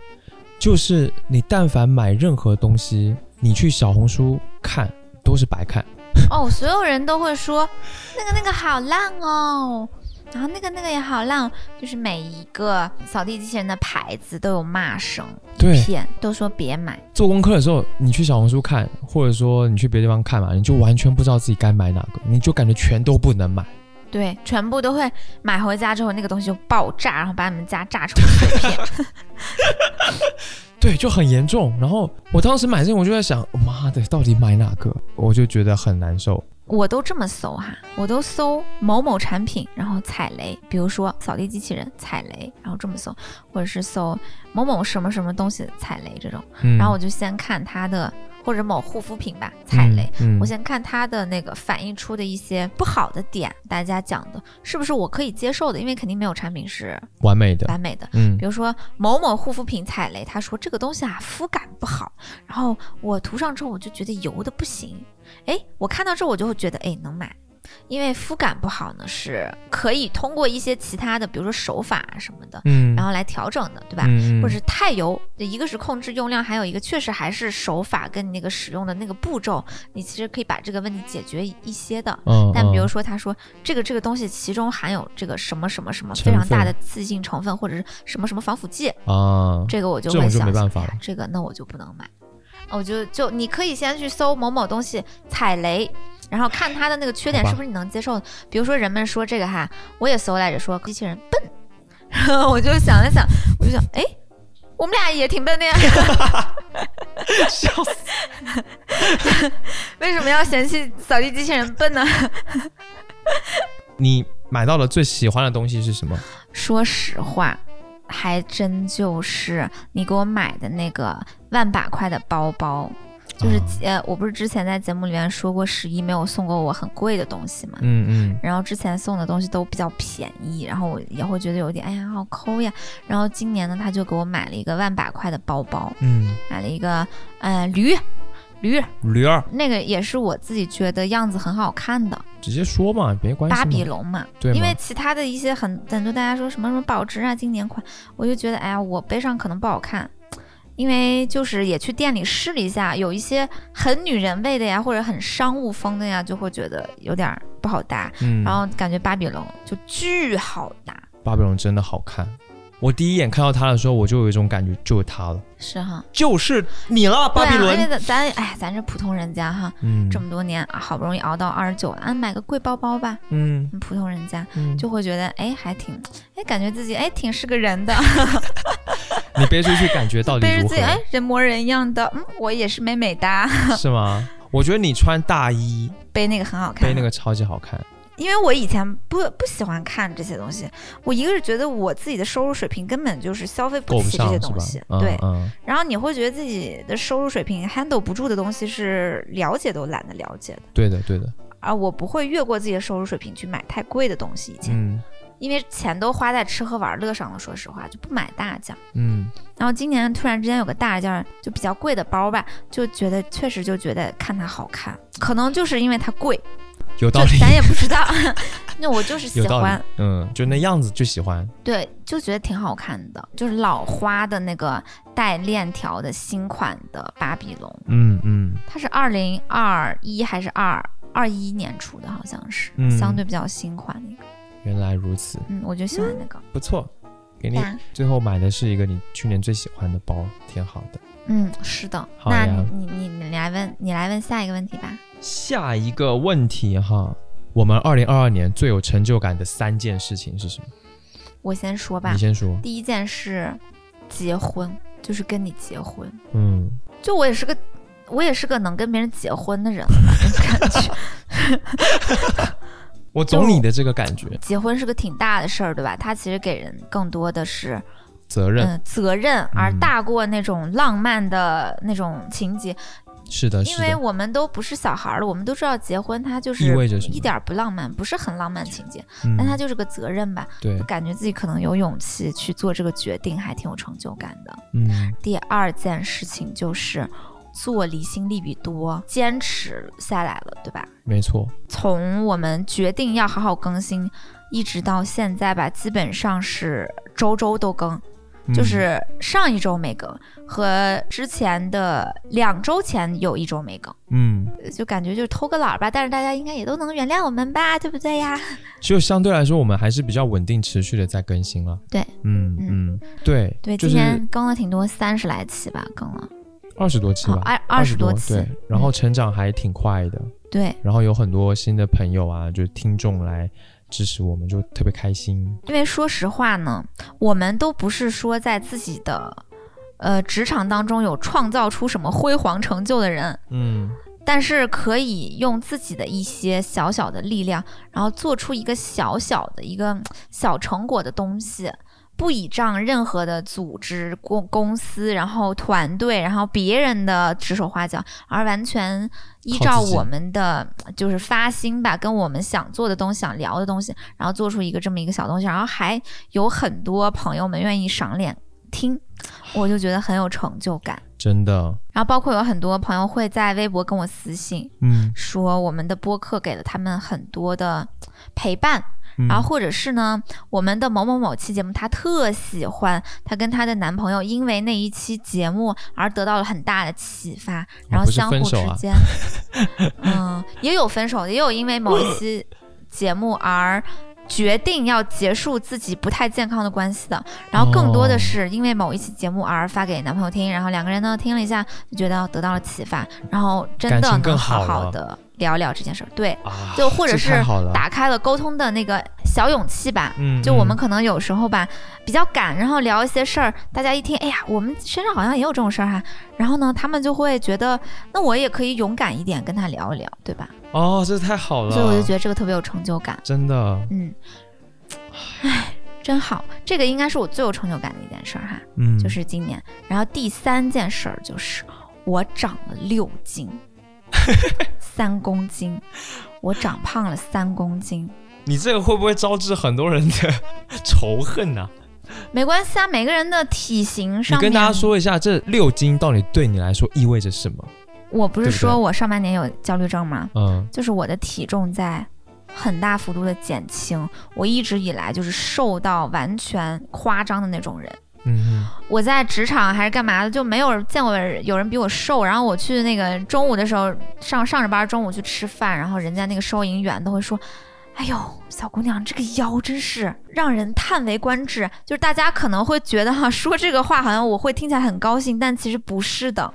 Speaker 2: 就是你但凡买任何东西，你去小红书看都是白看。
Speaker 1: 哦，所有人都会说那个那个好烂哦，然后那个那个也好烂哦，就是每一个扫地机器人的牌子都有骂声一
Speaker 2: 对，
Speaker 1: 片，都说别买。
Speaker 2: 做功课的时候，你去小红书看，或者说你去别的地方看嘛，你就完全不知道自己该买哪个，你就感觉全都不能买。
Speaker 1: 对，全部都会买回家之后，那个东西就爆炸，然后把你们家炸成碎
Speaker 2: (laughs)
Speaker 1: 片。
Speaker 2: 对，就很严重。然后我当时买这个，我就在想，妈的，到底买哪个？我就觉得很难受。
Speaker 1: 我都这么搜哈，我都搜某某产品，然后踩雷，比如说扫地机器人踩雷，然后这么搜，或者是搜某某什么什么东西踩雷这种，
Speaker 2: 嗯，
Speaker 1: 然后我就先看它的，或者某护肤品吧踩雷，
Speaker 2: 嗯，嗯
Speaker 1: 我先看他的那个反映出的一些不好的点，大家讲的是不是我可以接受的？因为肯定没有产品是
Speaker 2: 完美的，
Speaker 1: 完美的。
Speaker 2: 嗯
Speaker 1: 比如说某某护肤品踩雷，他说这个东西啊肤感不好，然后我涂上之后我就觉得油的不行。哎，我看到这我就会觉得哎能买，因为肤感不好呢，是可以通过一些其他的，比如说手法啊什么的，
Speaker 2: 嗯，
Speaker 1: 然后来调整的，对吧？
Speaker 2: 嗯，嗯
Speaker 1: 或者是太油，一个是控制用量，还有一个确实还是手法跟你那个使用的那个步骤，你其实可以把这个问题解决一些的。
Speaker 2: 嗯，
Speaker 1: 但比如
Speaker 2: 嗯
Speaker 1: 说，他说这个这个东西其中含有这个什么什么什么
Speaker 2: 成
Speaker 1: 非常大
Speaker 2: 分
Speaker 1: 的刺激性成分，或者是什么什么防腐剂，
Speaker 2: 啊，
Speaker 1: 这个我就
Speaker 2: 这
Speaker 1: 会
Speaker 2: 种就
Speaker 1: 想
Speaker 2: 没
Speaker 1: 想
Speaker 2: 办法了
Speaker 1: 这个那我就不能买。我就就你可以先去搜某某东西踩雷，然后看它的那个缺点
Speaker 2: 好吧
Speaker 1: 是不是你能接受的。比如说人们说这个哈，我也搜来着说机器人笨， (laughs) 然后我就想了想，我就想，哎，我们俩也挺笨的呀，
Speaker 2: (laughs) 笑死，
Speaker 1: (laughs) 为什么要嫌弃扫地机器人笨呢？
Speaker 2: 你买到了最喜欢的东西是什么？
Speaker 1: 说实话，还真就是你给我买的那个万把块的包包。就是
Speaker 2: 啊
Speaker 1: 呃，我不是之前在节目里面说过，十一没有送过我很贵的东西嘛，
Speaker 2: 嗯嗯，
Speaker 1: 然后之前送的东西都比较便宜，然后我也会觉得有点哎呀好抠呀。然后今年呢，他就给我买了一个万把块的包包，
Speaker 2: 嗯，
Speaker 1: 买了一个呃驴驴，
Speaker 2: 驴儿
Speaker 1: 那个也是我自己觉得样子很好看的
Speaker 2: 直接说嘛，别关系
Speaker 1: 巴
Speaker 2: 嘛。
Speaker 1: 比龙嘛。
Speaker 2: 对吗
Speaker 1: 因为其他的一些很很多大家说什么什么保值啊，经典款，我就觉得哎呀我背上可能不好看。因为就是也去店里试了一下，有一些很女人味的呀，或者很商务风的呀，就会觉得有点儿不好搭。
Speaker 2: 嗯，
Speaker 1: 然后感觉巴比龙就巨好搭，
Speaker 2: 巴比龙真的好看。我第一眼看到它的时候，我就有一种感觉，就是它了，
Speaker 1: 是哈。
Speaker 2: 就是你了，巴比
Speaker 1: 对啊，
Speaker 2: 伦
Speaker 1: 因为。咱咱哎，咱这普通人家哈，
Speaker 2: 嗯，
Speaker 1: 这么多年啊，好不容易熬到二十九了，啊，买个贵包包吧，
Speaker 2: 嗯
Speaker 1: 嗯普通人家
Speaker 2: 嗯，
Speaker 1: 就会觉得哎，还挺哎，感觉自己哎挺是个人的，
Speaker 2: 你背出去感觉到底
Speaker 1: 背着
Speaker 2: 如
Speaker 1: 自己哎
Speaker 2: 何？
Speaker 1: 人模人样的，嗯，我也是美美哒，
Speaker 2: 是吗？我觉得你穿大衣
Speaker 1: (laughs) 背那个很好看，
Speaker 2: 背那个超级好看。
Speaker 1: 因为我以前不不喜欢看这些东西，我一个是觉得我自己的收入水平根本 (laughs) 就是消费
Speaker 2: 够不
Speaker 1: 起这
Speaker 2: 上
Speaker 1: 些
Speaker 2: 是
Speaker 1: 东
Speaker 2: 吧
Speaker 1: 西，？
Speaker 2: 嗯
Speaker 1: 对，
Speaker 2: 嗯，
Speaker 1: 然后你会觉得自己的收入水平 handle 不住的东西是了解都懒得了解的，
Speaker 2: 对的对的，
Speaker 1: 而我不会越过自己的收入水平去买太贵的东西，以前、
Speaker 2: 嗯
Speaker 1: 因为钱都花在吃喝玩乐上了，说实话就不买大件儿。
Speaker 2: 嗯，
Speaker 1: 然后今年突然之间有个大件儿，就比较贵的包吧，就觉得确实就觉得看它好看，可能就是因为它贵，
Speaker 2: 有道
Speaker 1: 就
Speaker 2: 理，
Speaker 1: 咱也不知
Speaker 2: (laughs)
Speaker 1: 道。那我就是喜
Speaker 2: 有道
Speaker 1: 欢
Speaker 2: 理，，嗯，就那样子就喜欢。
Speaker 1: 对，就觉得挺好看的，就是老花的那个带链条的新款的巴比龙。
Speaker 2: 嗯嗯
Speaker 1: 它是二零二一还是二二一年出的，好像是、
Speaker 2: 嗯
Speaker 1: 相对比较新款那个。
Speaker 2: 原来如此，
Speaker 1: 嗯，我就喜欢那个。
Speaker 2: 不错。给你
Speaker 1: 对啊
Speaker 2: 最后买的是一个你去年最喜欢的包，挺好的。
Speaker 1: 嗯，是的。
Speaker 2: 好
Speaker 1: 那
Speaker 2: 呀
Speaker 1: 你你你你来问，你来问下一个问题吧。
Speaker 2: 下一个问题哈，我们二零二二年最有成就感的三件事情是什么？
Speaker 1: 我先说吧
Speaker 2: 你。先说。
Speaker 1: 第一件是结婚，就是跟你结婚。
Speaker 2: 嗯，
Speaker 1: 就我也是个，我也是个能跟别人结婚的人了吧，感觉 (laughs)
Speaker 2: 我懂你的这个感觉，
Speaker 1: 结婚是个挺大的事儿，对吧？它其实给人更多的是
Speaker 2: 责
Speaker 1: 嗯、
Speaker 2: 任。
Speaker 1: 呃责任，而
Speaker 2: 嗯
Speaker 1: 大过那种浪漫的那种情节。
Speaker 2: 是的，
Speaker 1: 因
Speaker 2: 呃是
Speaker 1: 为
Speaker 2: 的，
Speaker 1: 我们都不是小孩儿了，我们都知道结婚它就是
Speaker 2: 意味着什么
Speaker 1: 一点儿不浪漫，不是很浪漫情节，
Speaker 2: 嗯
Speaker 1: 但它就是个责任吧，
Speaker 2: 对
Speaker 1: 就，感觉自己可能有勇气去做这个决定，还挺有成就感的。
Speaker 2: 嗯
Speaker 1: 第二件事情就是做离心力比多，坚持下来了，对吧？
Speaker 2: 没错，
Speaker 1: 从我们决定要好好更新，一直到现在吧，基本上是周周都更。
Speaker 2: 嗯
Speaker 1: 就是上一周没更和之前的两周前有一周没更，
Speaker 2: 嗯，
Speaker 1: 呃就感觉就是偷个懒儿吧。但是大家应该也都能原谅我们吧，对不对呀？
Speaker 2: 就相对来说，我们还是比较稳定持续的在更新了。
Speaker 1: 对，
Speaker 2: 嗯
Speaker 1: 嗯
Speaker 2: 嗯，对，
Speaker 1: 对，
Speaker 2: 就
Speaker 1: 今
Speaker 2: 是
Speaker 1: 天更了挺多，三十来期吧，更了
Speaker 2: 二十多期吧
Speaker 1: 哦，二
Speaker 2: 二
Speaker 1: 20多嗯
Speaker 2: 多
Speaker 1: 期
Speaker 2: 对，然后成长还挺快的，
Speaker 1: 对，
Speaker 2: 然后有很多新的朋友啊，就是听众来支持我们，就特别开心。
Speaker 1: 因为说实话呢，我们都不是说在自己的呃职场当中有创造出什么辉煌成就的人，
Speaker 2: 嗯，
Speaker 1: 但是可以用自己的一些小小的力量，然后做出一个小小的一个嗯小成果的东西，不倚仗任何的组织、公公司，然后团队，然后别人的指手画脚，而完全依照
Speaker 2: 靠自己
Speaker 1: 我们的嗯就是发心吧，跟我们想做的东西、想聊的东西，然后做出一个这么一个小东西，然后还有很多朋友们愿意赏脸。听，我就觉得很有成就感。
Speaker 2: 真的，
Speaker 1: 然后包括有很多朋友会在微博跟我私信
Speaker 2: 嗯，
Speaker 1: 说，我们的播客给了他们很多的陪伴，
Speaker 2: 嗯
Speaker 1: 然后啊或者是呢，我们的某某某期节目，她特喜欢，她跟她的男朋友因为那一期节目而得到了很大的启发，然后
Speaker 2: 不是
Speaker 1: 相互
Speaker 2: 分
Speaker 1: 之
Speaker 2: 手啊
Speaker 1: 间，嗯，也有分手，也有因为某一期节目而。决定要结束自己不太健康的关系的，然后更多的
Speaker 2: 哦
Speaker 1: 是因为某一期节目而发给男朋友听，然后两个人呢听了一下，就觉得得到了启发，然后真
Speaker 2: 感
Speaker 1: 的
Speaker 2: 情
Speaker 1: 能
Speaker 2: 更
Speaker 1: 好
Speaker 2: 好
Speaker 1: 好
Speaker 2: 了
Speaker 1: 的聊聊这件事儿。对，
Speaker 2: 啊，
Speaker 1: 就或者
Speaker 2: 这
Speaker 1: 是
Speaker 2: 太好了
Speaker 1: 打开了沟通的那个小勇气吧。
Speaker 2: 嗯，
Speaker 1: 就我们
Speaker 2: 嗯
Speaker 1: 可能有时候吧，比较赶，然后聊一些事儿，大家一听，哎呀，我们身上好像也有这种事儿、哈，然后呢，他们就会觉得，那我也可以勇敢一点跟他聊一聊，对吧？
Speaker 2: 哦，这太好了，
Speaker 1: 所以我就觉得这个特别有成就感，
Speaker 2: 真的，
Speaker 1: 嗯，唉，真好，这个应该是我最有成就感的一件事儿、哈，
Speaker 2: 嗯，
Speaker 1: 就是今年。然后第三件事儿就是我长了六
Speaker 2: (laughs)
Speaker 1: 斤，三公斤，我长胖了三公斤。
Speaker 2: 你这个会不会招致很多人的 (laughs) 仇恨呢、
Speaker 1: 没关系啊，每个人的体型
Speaker 2: 你
Speaker 1: 上面。
Speaker 2: 跟大家，说一下，这六斤到底对你来说意味着什么？
Speaker 1: 我不是
Speaker 2: 对不对
Speaker 1: 说我上半年有焦虑症吗？
Speaker 2: 嗯，
Speaker 1: 就是我的体重在很大幅度的减轻，我一直以来就是瘦到完全夸张的那种人。
Speaker 2: 嗯
Speaker 1: 我在职场还是干嘛的，就没有见过有人比我瘦。然后我去那个中午的时候上上着班，中午去吃饭，然后人家那个收银员都会说：“哎呦，小姑娘这个腰真是让人叹为观止。”就是大家可能会觉得哈、说这个话好像我会听起来很高兴，但其实不是的，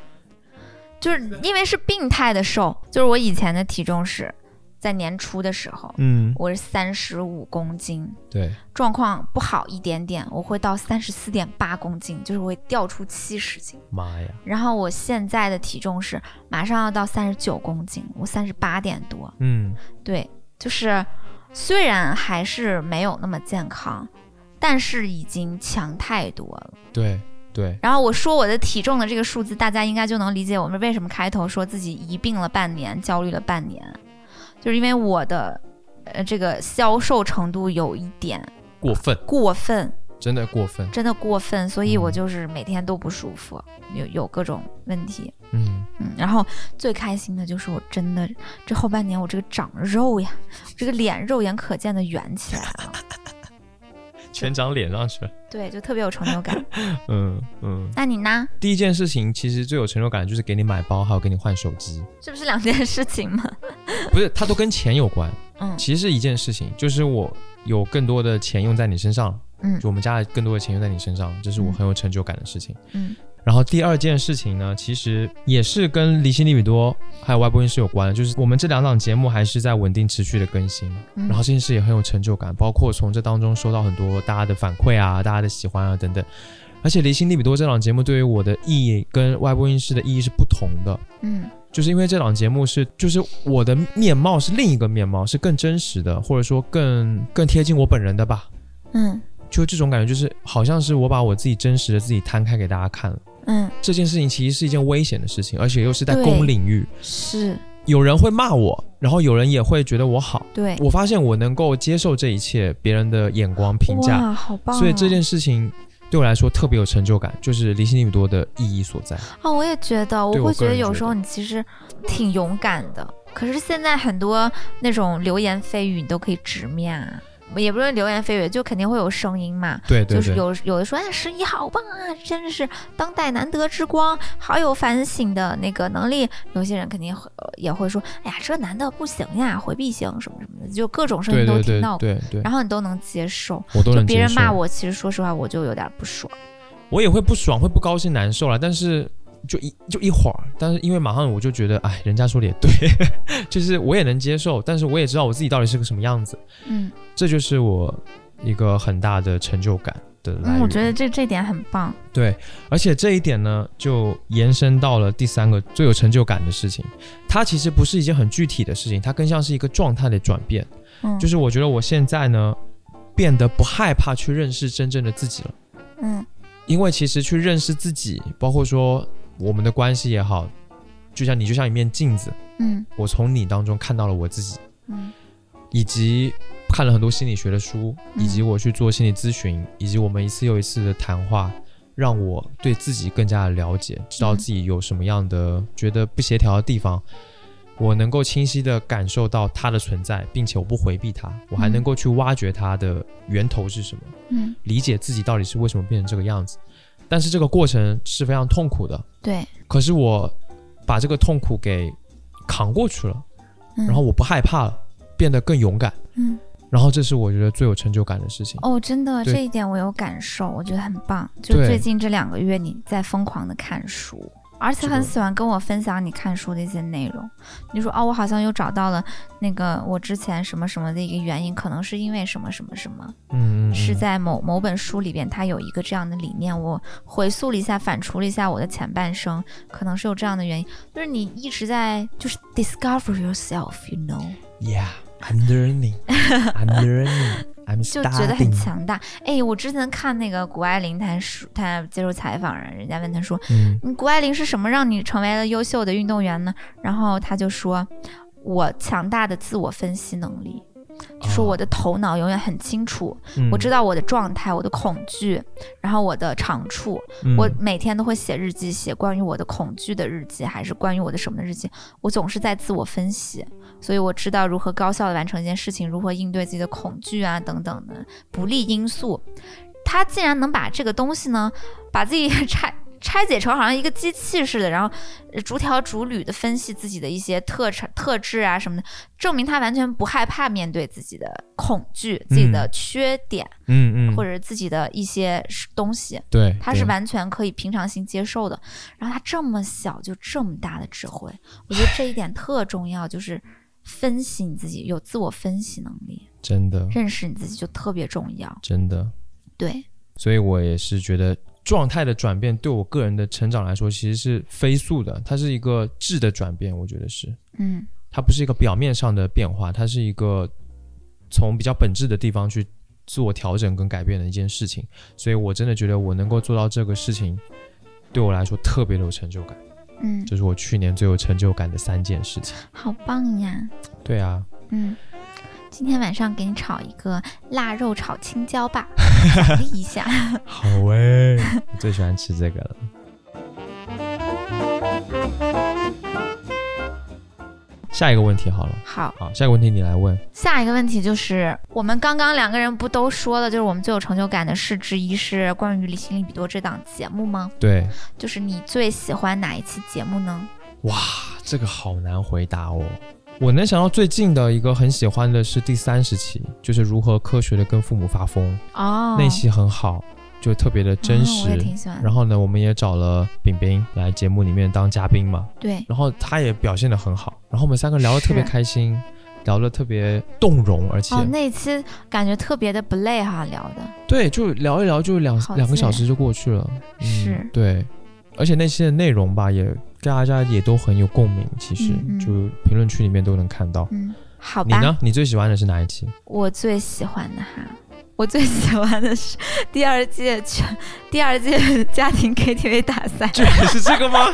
Speaker 1: 就是因为是病态的瘦。就是我以前的体重是在年初的时候，
Speaker 2: 嗯，
Speaker 1: 我是三十五公斤，
Speaker 2: 对，
Speaker 1: 状况不好一点点，我会到三十四点八公斤，就是我会掉出七十斤。
Speaker 2: 妈呀，
Speaker 1: 然后我现在的体重是马上要到三十九公斤，我三十八点多。
Speaker 2: 嗯，
Speaker 1: 对，就是虽然还是没有那么健康，但是已经强太多了。
Speaker 2: 对对，
Speaker 1: 然后我说我的体重的这个数字，大家应该就能理解我们为什么开头说自己一病了半年，焦虑了半年，就是因为我的呃这个消瘦程度有一点
Speaker 2: 过分，
Speaker 1: 过分。
Speaker 2: 真的过分，
Speaker 1: 真的过分，所以我
Speaker 2: 嗯
Speaker 1: 就是每天都不舒服，有有各种问题。
Speaker 2: 嗯，
Speaker 1: 嗯，然后最开心的就是我真的这后半年我这个长肉呀，这个脸肉眼可见的圆起来 (laughs) 了，
Speaker 2: 全长脸上去了， (laughs)
Speaker 1: 对，就特别有成就感。
Speaker 2: 嗯嗯。
Speaker 1: (laughs) 那你呢？
Speaker 2: 第一件事情其实最有成就感就是给你买包，还有给你换手机，
Speaker 1: 这不是两件事情吗？
Speaker 2: 不是，它都跟钱有关。
Speaker 1: (laughs) 嗯
Speaker 2: 其实是一件事情，就是我有更多的钱用在你身上，
Speaker 1: 嗯
Speaker 2: 就我们家更多的钱用在你身上，这是我
Speaker 1: 嗯
Speaker 2: 很有成就感的事情。
Speaker 1: 嗯
Speaker 2: 然后第二件事情呢，其实也是跟离心利比多还有外部因素有关的，就是我们这两档节目还是在稳定持续的更新，
Speaker 1: 嗯，
Speaker 2: 然后这件事也很有成就感，包括从这当中收到很多大家的反馈啊，大家的喜欢啊等等。而且离心利比多这档节目对于我的意义跟外部因素的意义是不同的，
Speaker 1: 嗯
Speaker 2: 就是因为这档节目是，就是我的面貌是另一个面貌，是更真实的，或者说更更贴近我本人的吧。
Speaker 1: 嗯
Speaker 2: 就这种感觉，就是好像是我把我自己真实的自己摊开给大家看了。
Speaker 1: 嗯，
Speaker 2: 这件事情其实是一件危险的事情，而且又是在
Speaker 1: 对
Speaker 2: 公领域，
Speaker 1: 是
Speaker 2: 有人会骂我，然后有人也会觉得我好。
Speaker 1: 对。
Speaker 2: 我发现我能够接受这一切别人的眼光评价，
Speaker 1: 哇，好棒、哦！
Speaker 2: 所以这件事情对我来说特别有成就感，就是离心力比多的意义所在。
Speaker 1: 啊、我也觉得，我
Speaker 2: 对我
Speaker 1: 会
Speaker 2: 个
Speaker 1: 觉得
Speaker 2: 人
Speaker 1: 有
Speaker 2: 觉
Speaker 1: 时候
Speaker 2: 得
Speaker 1: 你其实挺勇敢的，可是现在很多那种流言蜚语你都可以直面啊，也不是流言蜚语，就肯定会有声音嘛。
Speaker 2: 对对
Speaker 1: 就
Speaker 2: 对，
Speaker 1: 是有有的说，哎，十一好棒啊，真的是当代难得之光，好有反省的那个能力。有些人肯定会也会说，哎呀，这男的不行呀，回避型什么什么的，就各种声
Speaker 2: 对
Speaker 1: 音都
Speaker 2: 对
Speaker 1: 听
Speaker 2: 对
Speaker 1: 到过，
Speaker 2: 对对，
Speaker 1: 然后你都能接受。
Speaker 2: 我都
Speaker 1: 就
Speaker 2: 能
Speaker 1: 别
Speaker 2: 接
Speaker 1: 人
Speaker 2: 受。
Speaker 1: 骂我，其实说实话，我就有点不爽。
Speaker 2: 我也会不爽，会不高兴、难受啦。但是就一就一会儿，但是因为马上我就觉得，哎，人家说的也对， (laughs) 就是我也能接受，但是我也知道我自己到底是个什么样子，
Speaker 1: 嗯，
Speaker 2: 这就是我一个很大的成就感的来
Speaker 1: 嗯
Speaker 2: 源。
Speaker 1: 我觉得这这点很棒。
Speaker 2: 对，而且这一点呢，就延伸到了第三个最有成就感的事情，它其实不是一件很具体的事情，它更像是一个状态的转变。
Speaker 1: 嗯，
Speaker 2: 就是我觉得我现在呢，变得不害怕去认识真正的自己了。
Speaker 1: 嗯
Speaker 2: 因为其实去认识自己，包括说我们的关系也好，就像你就像一面镜子，
Speaker 1: 嗯
Speaker 2: 我从你当中看到了我自己，
Speaker 1: 嗯
Speaker 2: 以及看了很多心理学的书，
Speaker 1: 嗯
Speaker 2: 以及我去做心理咨询，以及我们一次又一次的谈话，让我对自己更加的了解，知道自己有什么样的觉得不协调的地方，我能够清晰的感受到它的存在，并且我不回避它，我还能够去挖掘它的源头是什么，
Speaker 1: 嗯，
Speaker 2: 理解自己到底是为什么变成这个样子。但是这个过程是非常痛苦的，
Speaker 1: 对，
Speaker 2: 可是我把这个痛苦给扛过去了，
Speaker 1: 嗯、
Speaker 2: 然后我不害怕了，变得更勇敢，
Speaker 1: 嗯，
Speaker 2: 然后这是我觉得最有成就感的事情。
Speaker 1: 哦，真的
Speaker 2: 对
Speaker 1: 这一点我有感受，我觉得很棒。就
Speaker 2: 对
Speaker 1: 最近这两个月，你在疯狂的看书，而且
Speaker 2: 这
Speaker 1: 很
Speaker 2: 个
Speaker 1: 喜欢跟我分享你看书的一些内容。你说哦，我好像又找到了那个我之前什么什么的一个原因，可能是因为什么什么什么，
Speaker 2: 嗯嗯，嗯
Speaker 1: 哦是在某某本书里边，它有一个这样的理念。我回溯了一下，反刍了一下我的前半生，可能是有这样的原因，就是你一直在就是 discover yourself，you know。
Speaker 2: 嗯 Yeah, I'm learning. I'm learning.
Speaker 1: (laughs)
Speaker 2: I'm
Speaker 1: 就觉得很
Speaker 2: studying.
Speaker 1: 强大。哎，我之前看那个谷爱凌，她说她接受采访，人家问她说
Speaker 2: 嗯：“
Speaker 1: 你谷爱凌是什么让你成为了优秀的运动员呢？”然后她就说：“我强大的自我分析能力，就说
Speaker 2: 哦
Speaker 1: 我的头脑永远很清楚，
Speaker 2: 嗯
Speaker 1: 我知道我的状态、我的恐惧，然后我的长处。
Speaker 2: 嗯
Speaker 1: 我每天都会写日记，写关于我的恐惧的日记，还是关于我的什么的日记。我总是在自我分析，所以我知道如何高效的完成一件事情，如何应对自己的恐惧啊等等的不利因素。他竟然能把这个东西呢，把自己 (laughs) 拆拆解成好像一个机器似的，然后呃逐条逐缕的分析自己的一些特长、特质啊什么的，证明他完全不害怕面对自己的恐惧、自己的
Speaker 2: 嗯
Speaker 1: 缺点、
Speaker 2: 嗯嗯，
Speaker 1: 或者自己的一些东西。
Speaker 2: 对，
Speaker 1: 他是
Speaker 2: 对
Speaker 1: 完全可以平常心接受的。然后他这么小就这么大的智慧，我觉得这一点特重要，就是分析你自己，有自我分析能力，
Speaker 2: 真的
Speaker 1: 认识你自己就特别重要。
Speaker 2: 真的，
Speaker 1: 对，
Speaker 2: 所以我也是觉得状态的转变对我个人的成长来说其实是飞速的，它是一个质的转变，我觉得是
Speaker 1: 嗯
Speaker 2: 它不是一个表面上的变化，它是一个从比较本质的地方去自我调整跟改变的一件事情。所以我真的觉得我能够做到这个事情，对我来说特别的有成就感。
Speaker 1: 嗯，
Speaker 2: 这是我去年最有成就感的三件事情。
Speaker 1: 好棒呀，
Speaker 2: 对啊，
Speaker 1: 嗯。今天晚上给你炒一个腊肉炒青椒 (laughs) 吧，奖励一下。
Speaker 2: 好诶、我最喜欢吃这个了。下一个问题好了，
Speaker 1: 好，
Speaker 2: 好，下一个问题你来问。
Speaker 1: 下一个问题就是，我们刚刚两个人不都说了，就是我们最有成就感的事之一是关于《理性利比多》这档节目吗？
Speaker 2: 对，
Speaker 1: 就是你最喜欢哪一期节目呢？
Speaker 2: 这个好难回答哦。我能想到最近的一个很喜欢的是第三十期，就是如何科学的跟父母发疯，
Speaker 1: 哦
Speaker 2: 那期很好，就特别的真
Speaker 1: 嗯我
Speaker 2: 实。
Speaker 1: 也挺喜欢的。
Speaker 2: 然后呢，我们也找了饼饼来节目里面当嘉宾嘛，
Speaker 1: 对，
Speaker 2: 然后他也表现得很好，然后我们三个聊得特别
Speaker 1: 是 (laughs)
Speaker 2: 开心，聊得特别动容，而且、
Speaker 1: 哦，那期感觉特别的不累哈，聊的
Speaker 2: 对，就聊一聊就两
Speaker 1: 好自然
Speaker 2: 两个小时就过去了，嗯、
Speaker 1: 是
Speaker 2: 对，而且那些内容吧，也大家也都很有共鸣，其实、
Speaker 1: 嗯嗯
Speaker 2: 就评论区里面都能看到。
Speaker 1: 嗯，好
Speaker 2: 你
Speaker 1: 吧。
Speaker 2: 呢？你最喜欢的是哪一期？
Speaker 1: 我最喜欢的哈，我最喜欢的是第二届全第二届家庭 KTV 大赛。
Speaker 2: 居然是这个吗？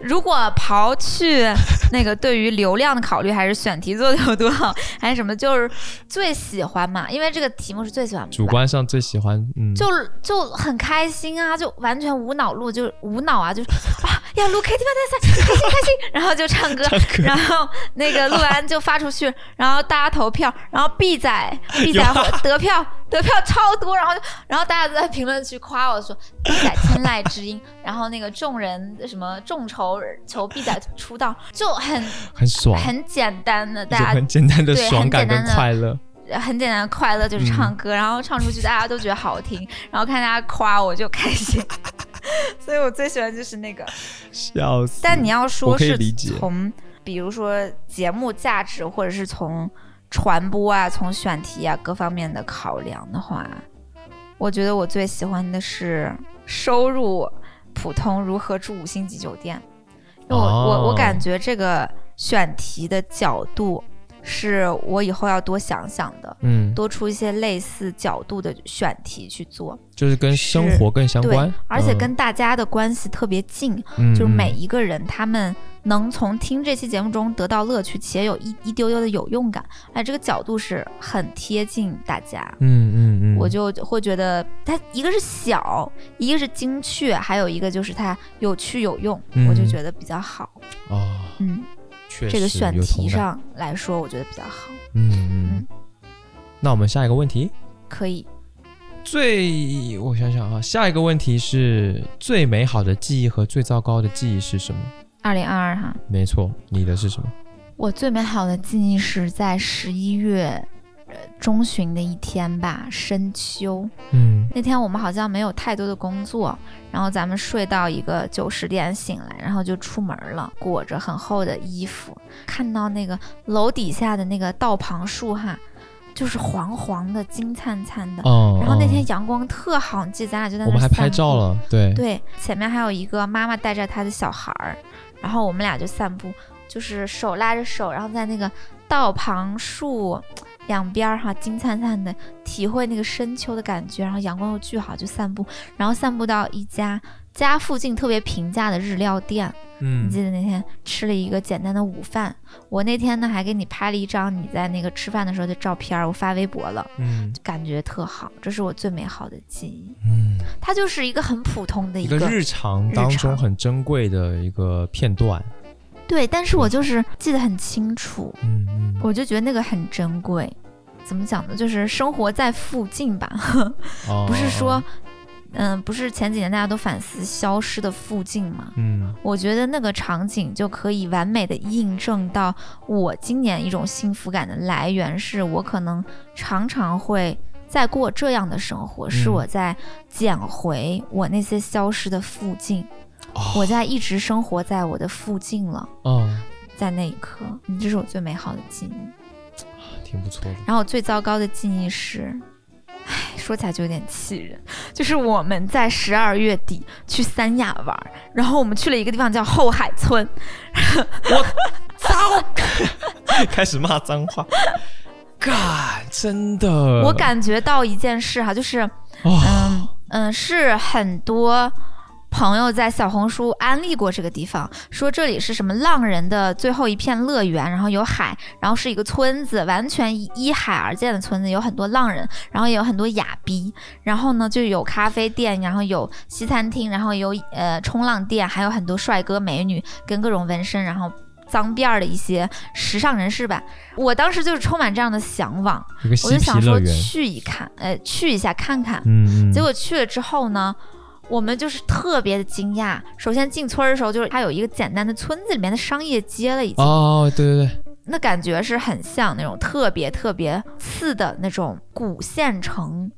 Speaker 1: 如果刨去那个对于流量的考虑，还是选题做的有多好，还是什么，就是最喜欢嘛，因为这个题目是最喜欢嘛。
Speaker 2: (laughs) 主观上最喜欢，嗯，
Speaker 1: 就就很开心啊，就完全无脑录，就无脑
Speaker 2: (laughs)
Speaker 1: 啊，就啊要录 KTV 大赛，开心开心，然后就唱
Speaker 2: (laughs)
Speaker 1: 歌，然后那个录完就发出去，然后大家投票，然后 B
Speaker 2: (laughs)
Speaker 1: 仔 B 仔
Speaker 2: 有啊
Speaker 1: 得票得票超多，然后就然后大家都在评论区夸我说 B 仔天籁之
Speaker 2: (laughs)
Speaker 1: 音，然后那个众人什么众筹求 B 仔出道，就很
Speaker 2: 很爽，
Speaker 1: 很简单的，
Speaker 2: 一
Speaker 1: 大
Speaker 2: 种
Speaker 1: 家
Speaker 2: 很简单的
Speaker 1: 对
Speaker 2: 爽
Speaker 1: 很
Speaker 2: 感
Speaker 1: 简
Speaker 2: 跟
Speaker 1: 单的
Speaker 2: 快乐。
Speaker 1: 很简单的快乐就是唱
Speaker 2: 嗯
Speaker 1: 歌，然后唱出去大家都觉得好听， (laughs) 然后看大家夸我就开心， (laughs) 所以我最喜欢就是那个。
Speaker 2: 笑死！
Speaker 1: 但你要
Speaker 2: 嗯我
Speaker 1: 说
Speaker 2: 可以
Speaker 1: 是
Speaker 2: 理解
Speaker 1: 从，比如说节目价值，或者是从传播啊、从选题啊各方面的考量的话，我觉得我最喜欢的是收入普通如何住五星级酒店，因为我、我
Speaker 2: 哦
Speaker 1: 我感觉这个选题的角度是我以后要多想想的，
Speaker 2: 嗯，
Speaker 1: 多出一些类似角度的选题去做，
Speaker 2: 就是跟生
Speaker 1: 是
Speaker 2: 活更相
Speaker 1: 对
Speaker 2: 关，，
Speaker 1: 而且
Speaker 2: 嗯
Speaker 1: 跟大家的关系特别近，
Speaker 2: 嗯
Speaker 1: 就是
Speaker 2: 嗯
Speaker 1: 每一个人他们能从听这期节目中得到乐趣，且有一一丢丢的有用感，哎，这个角度是很贴近大家。
Speaker 2: 嗯嗯嗯，
Speaker 1: 我就会觉得它一个是小，一个是精确，还有一个就是它有趣有用，
Speaker 2: 嗯
Speaker 1: 我就觉得比较好。
Speaker 2: 啊，
Speaker 1: 嗯，
Speaker 2: 确
Speaker 1: 这个
Speaker 2: 实
Speaker 1: 选
Speaker 2: 有同
Speaker 1: 题
Speaker 2: 感，
Speaker 1: 上来说，我觉得比较好。
Speaker 2: 嗯嗯
Speaker 1: 嗯。
Speaker 2: 那我们下一个问题，
Speaker 1: 可以，
Speaker 2: 最我想想啊，下一个问题是最美好的记忆和最糟糕的记忆是什么？
Speaker 1: 二零二二哈，
Speaker 2: 没错，你的是什么？
Speaker 1: 我最美好的记忆是在十一月。呃中旬的一天吧，深秋
Speaker 2: 嗯
Speaker 1: 那天我们好像没有太多的工作，然后咱们睡到一个九十点醒来，然后就出门了，裹着很厚的衣服，看到那个楼底下的那个道旁树哈，就是黄黄的、金灿灿的。
Speaker 2: 哦，
Speaker 1: 然后那天
Speaker 2: 哦
Speaker 1: 阳光特好，你记得咱俩就在那
Speaker 2: 我们还
Speaker 1: 散
Speaker 2: 拍照
Speaker 1: 步
Speaker 2: 了，对，
Speaker 1: 对，前面还有一个妈妈带着她的小孩儿，然后我们俩就散步，就是手拉着手，然后在那个道旁树两边儿哈，金灿灿的，体会那个深秋的感觉，然后阳光又巨好，就散步，然后散步到一家家附近特别平价的日料店，你
Speaker 2: 嗯
Speaker 1: 记得那天吃了一个简单的午饭，我那天呢还给你拍了一张你在那个吃饭的时候的照片儿，我发微博了，
Speaker 2: 嗯
Speaker 1: 感觉特好，这是我最美好的记忆。
Speaker 2: 嗯，
Speaker 1: 它就是一个很普通的
Speaker 2: 一
Speaker 1: 一
Speaker 2: 个
Speaker 1: 个
Speaker 2: 日常当
Speaker 1: 日
Speaker 2: 中
Speaker 1: 常
Speaker 2: 很珍贵的一个片段，
Speaker 1: 对，但是
Speaker 2: 嗯
Speaker 1: 我就是记得很清楚，
Speaker 2: 嗯嗯，
Speaker 1: 我就觉得那个很珍贵。怎么讲呢？就是生活在附近吧， (laughs)
Speaker 2: 哦
Speaker 1: 不是说，，嗯、不是前几年大家都反思消失的附近嘛？
Speaker 2: 嗯
Speaker 1: 我觉得那个场景就可以完美的印证到我今年一种幸福感的来源，是我可能常常会在过这样的生活，是
Speaker 2: 嗯
Speaker 1: 我在捡回我那些消失的附近，
Speaker 2: 哦
Speaker 1: 我在一直生活在我的附近了。
Speaker 2: 哦，
Speaker 1: 在那一刻，嗯，这是我最美好的记忆。
Speaker 2: 挺不错的， (laughs)
Speaker 1: 然后我最糟糕的记忆是，唉，说起来就有点气人，就是我们在十二月底去三亚玩儿，然后我们去了一个地方叫后海村，
Speaker 2: 开始骂脏
Speaker 1: (laughs)
Speaker 2: 话，God，真的，
Speaker 1: 我感觉到一件事哈、就是
Speaker 2: 哦，
Speaker 1: 嗯嗯，是很多。朋友在小红书安利过这个地方，说这里是什么浪人的最后一片乐园，然后有海，然后是一个村子，完全依依海而建的村子，有很多浪人，然后也有很多亚逼，然后呢就有咖啡店，然后有西餐厅，然后有呃冲浪店，还有很多帅哥美女跟各种纹身，然后脏辫儿的一些时尚人士吧。我当时就是充满这样的向往，
Speaker 2: 一个
Speaker 1: 我
Speaker 2: 嬉
Speaker 1: 就
Speaker 2: 皮
Speaker 1: 想
Speaker 2: 乐
Speaker 1: 说
Speaker 2: 园，
Speaker 1: 去一看，呃，去一下看看。
Speaker 2: 嗯嗯，
Speaker 1: 结果去了之后呢，我们就是特别的惊讶。首先进村儿的时候，就是它有一个简单的村子里面的商业街了，已经，
Speaker 2: 哦，对对对，
Speaker 1: 那感觉是很像那种特别特别次的那种古县城。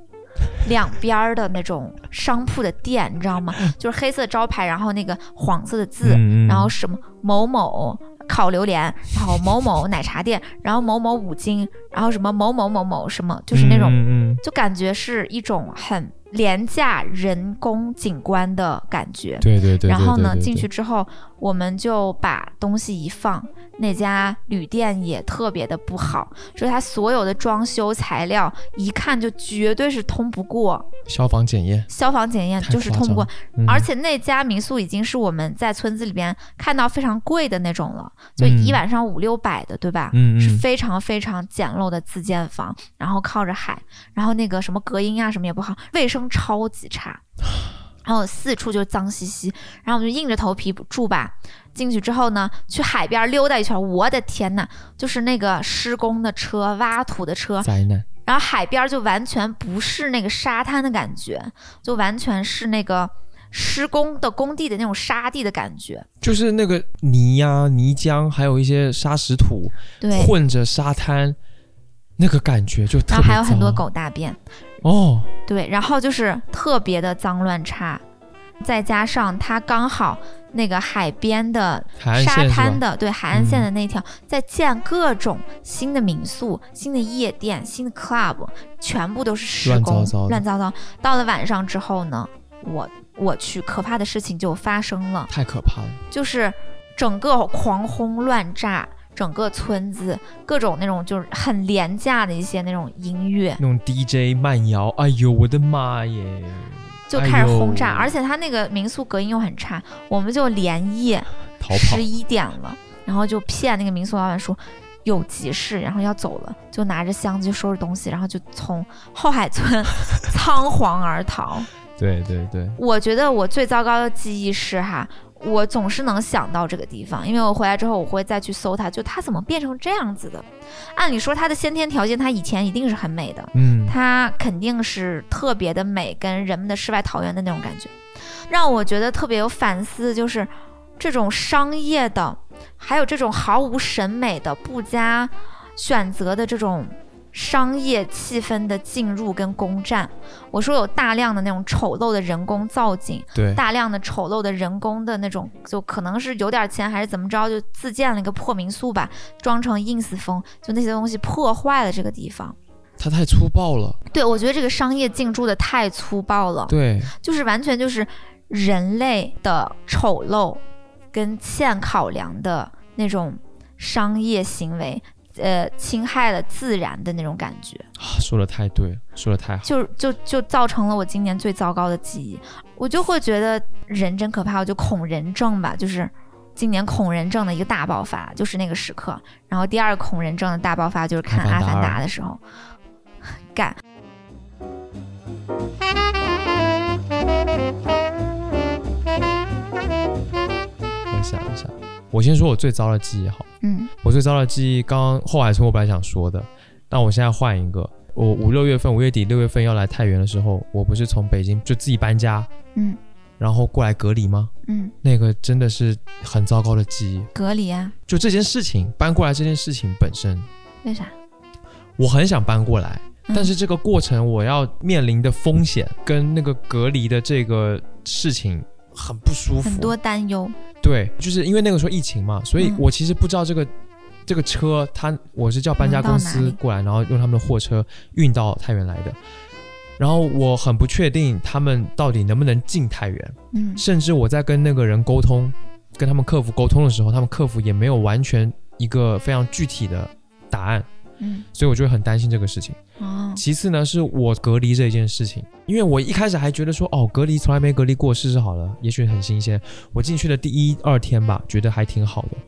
Speaker 1: 两边儿的那种商铺的店，你知道吗？就是黑色招牌，然后那个黄色的字，
Speaker 2: 嗯嗯嗯
Speaker 1: 然后什么某某烤榴莲，然后某某奶茶店，然后某某五金，然后什么某某某某什么，就是那种
Speaker 2: 嗯嗯嗯
Speaker 1: 就感觉是一种很廉价人工景观的感觉。
Speaker 2: 对对对对，
Speaker 1: 然后呢，
Speaker 2: 对
Speaker 1: 进，去
Speaker 2: 对
Speaker 1: 之后，我们就把东西一放，那家旅店也特别的不好，就是它所有的装修材料，一看就绝对是通不过
Speaker 2: 对消防检验，
Speaker 1: 消防检验，
Speaker 2: 太
Speaker 1: 就是
Speaker 2: 夸
Speaker 1: 通不过
Speaker 2: 张。嗯
Speaker 1: 而且那家民宿已经是我们在村子里边看到非常贵的那种了，就一
Speaker 2: 嗯
Speaker 1: 晚上五六百的，对吧？
Speaker 2: 嗯
Speaker 1: 是
Speaker 2: 嗯
Speaker 1: 非常非常简陋的自建房，然后靠着海，然后那个什么隔音啊什么也不好，卫生超级差，然后四处就脏兮兮，然后我们就硬着头皮住吧。进去之后呢，去海边溜达一圈，我的天呐，就是那个施工的车、挖土的车，
Speaker 2: 灾难，
Speaker 1: 然后海边就完全不是那个沙滩的感觉，就完全是那个施工的工地的那种沙地的感觉。
Speaker 2: 就是那个泥呀、泥浆，还有一些沙石土
Speaker 1: 对，
Speaker 2: 混着沙滩，那个感觉就特别
Speaker 1: 然后还有很多
Speaker 2: 糟
Speaker 1: 狗大便。
Speaker 2: 哦，
Speaker 1: 对，然后就是特别的脏乱差，再加上它刚好那个海边的
Speaker 2: 海岸
Speaker 1: 沙
Speaker 2: 线是
Speaker 1: 滩
Speaker 2: 吧？嗯
Speaker 1: 的，对海岸线的那条，在建各种新的民宿、新的夜店、新的 club，全部都是施
Speaker 2: 乱糟
Speaker 1: 工，
Speaker 2: 糟的
Speaker 1: 乱糟糟。到了晚上之后呢，我我去，可怕的事情就发生了，
Speaker 2: 太可怕了，
Speaker 1: 就是整个狂轰乱炸。整个村子各种那种就是很廉价的一些那种音乐，
Speaker 2: 那种 DJ 慢摇，哎呦我的妈耶！
Speaker 1: 就开始轰炸，
Speaker 2: 哎呦
Speaker 1: 而且他那个民宿隔音又很差，我们就连夜
Speaker 2: 逃跑
Speaker 1: 十，一点了，然后就骗那个民宿老板说有急事，然后要走了，就拿着箱子就收拾东西，然后就从后海村 (laughs) 仓皇而逃。
Speaker 2: 对对对，
Speaker 1: 我觉得我最糟糕的记忆是哈，我总是能想到这个地方，因为我回来之后我会再去搜它，就它怎么变成这样子的？按理说它的先天条件，它以前一定是很美的，
Speaker 2: 嗯，
Speaker 1: 它肯定是特别的美，跟人们的世外桃源的那种感觉，让我觉得特别有反思，就是这种商业的，还有这种毫无审美的不加选择的这种商业气氛的进入跟攻占。我说有大量的那种丑陋的人工造景，
Speaker 2: 对，
Speaker 1: 大量的丑陋的人工的那种，就可能是有点钱还是怎么着，就自建了一个破民宿吧，装成 ins 风，就那些东西破坏了这个地方。
Speaker 2: 它太粗暴了，
Speaker 1: 对，我觉得这个商业进驻的太粗暴了，
Speaker 2: 对，
Speaker 1: 就是完全就是人类的丑陋跟欠考量的那种商业行为，呃，侵害了自然的那种感觉，
Speaker 2: 啊说的太对了，说的太好，
Speaker 1: 就就就造成了我今年最糟糕的记忆。我就会觉得人真可怕，我就恐人症吧，就是。今年恐人症的一个大爆发就是那个时刻，然后第二个恐人症的大爆发就是看《
Speaker 2: 阿
Speaker 1: 阿
Speaker 2: 凡达
Speaker 1: 凡
Speaker 2: 二
Speaker 1: 达》的时候，干，
Speaker 2: 我想一下，我先说我最糟的记忆好了，
Speaker 1: 嗯
Speaker 2: 我最糟的记忆，刚刚后海村我本来想说的，但我现在换一个。我五六月份，五月底六月份要来太原的时候，我不是从北京就自己搬家，
Speaker 1: 嗯
Speaker 2: 然后过来隔离吗？
Speaker 1: 嗯，
Speaker 2: 那个真的是很糟糕的记忆。
Speaker 1: 隔离啊，
Speaker 2: 就这件事情搬过来这件事情本身，
Speaker 1: 为啥？
Speaker 2: 我很想搬过来，
Speaker 1: 嗯
Speaker 2: 但是这个过程我要面临的风险跟那个隔离的这个事情很不舒服。
Speaker 1: 很多担忧，
Speaker 2: 对，就是因为那个时候疫情嘛，所以
Speaker 1: 嗯
Speaker 2: 我其实不知道这个、这个车，它我是叫搬家公
Speaker 1: 能到哪
Speaker 2: 司
Speaker 1: 里
Speaker 2: 过来，然后用他们的货车运到太原来的。然后我很不确定他们到底能不能进太原，
Speaker 1: 嗯
Speaker 2: 甚至我在跟那个人沟通，跟他们客服沟通的时候，他们客服也没有完全一个非常具体的答案，
Speaker 1: 嗯
Speaker 2: 所以我就会很担心这个事情。
Speaker 1: 哦，
Speaker 2: 其次呢，是我隔离这一件事情，因为我一开始还觉得说，哦，隔离从来没隔离过，试试好了，也许很新鲜。我进去的第一二天吧，觉得还挺好的，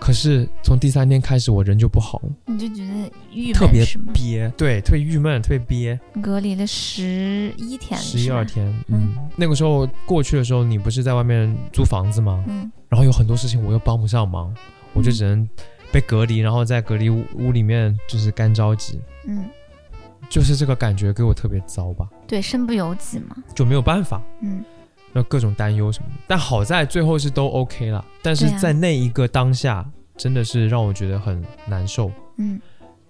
Speaker 2: 可是从第三天开始，我人就不好了，
Speaker 1: 你就觉得郁
Speaker 2: 特别
Speaker 1: 闷是吗？
Speaker 2: 憋，对，特别郁闷，特别憋，
Speaker 1: 隔离了十一天，
Speaker 2: 十一二
Speaker 1: 是吧，
Speaker 2: 天，嗯，那个时候过去的时候，你不是在外面租房子吗？
Speaker 1: 嗯
Speaker 2: 然后有很多事情我又帮不上忙，我就只能被隔离，然后在隔离屋屋里面就是干着急，
Speaker 1: 嗯，
Speaker 2: 就是这个感觉给我特别糟吧，
Speaker 1: 对，身不由己嘛，
Speaker 2: 就没有办法。
Speaker 1: 嗯
Speaker 2: 那各种担忧什么的。但好在最后是都 OK 了，但是
Speaker 1: 对啊
Speaker 2: 在那一个当下，真的是让我觉得很难受。
Speaker 1: 嗯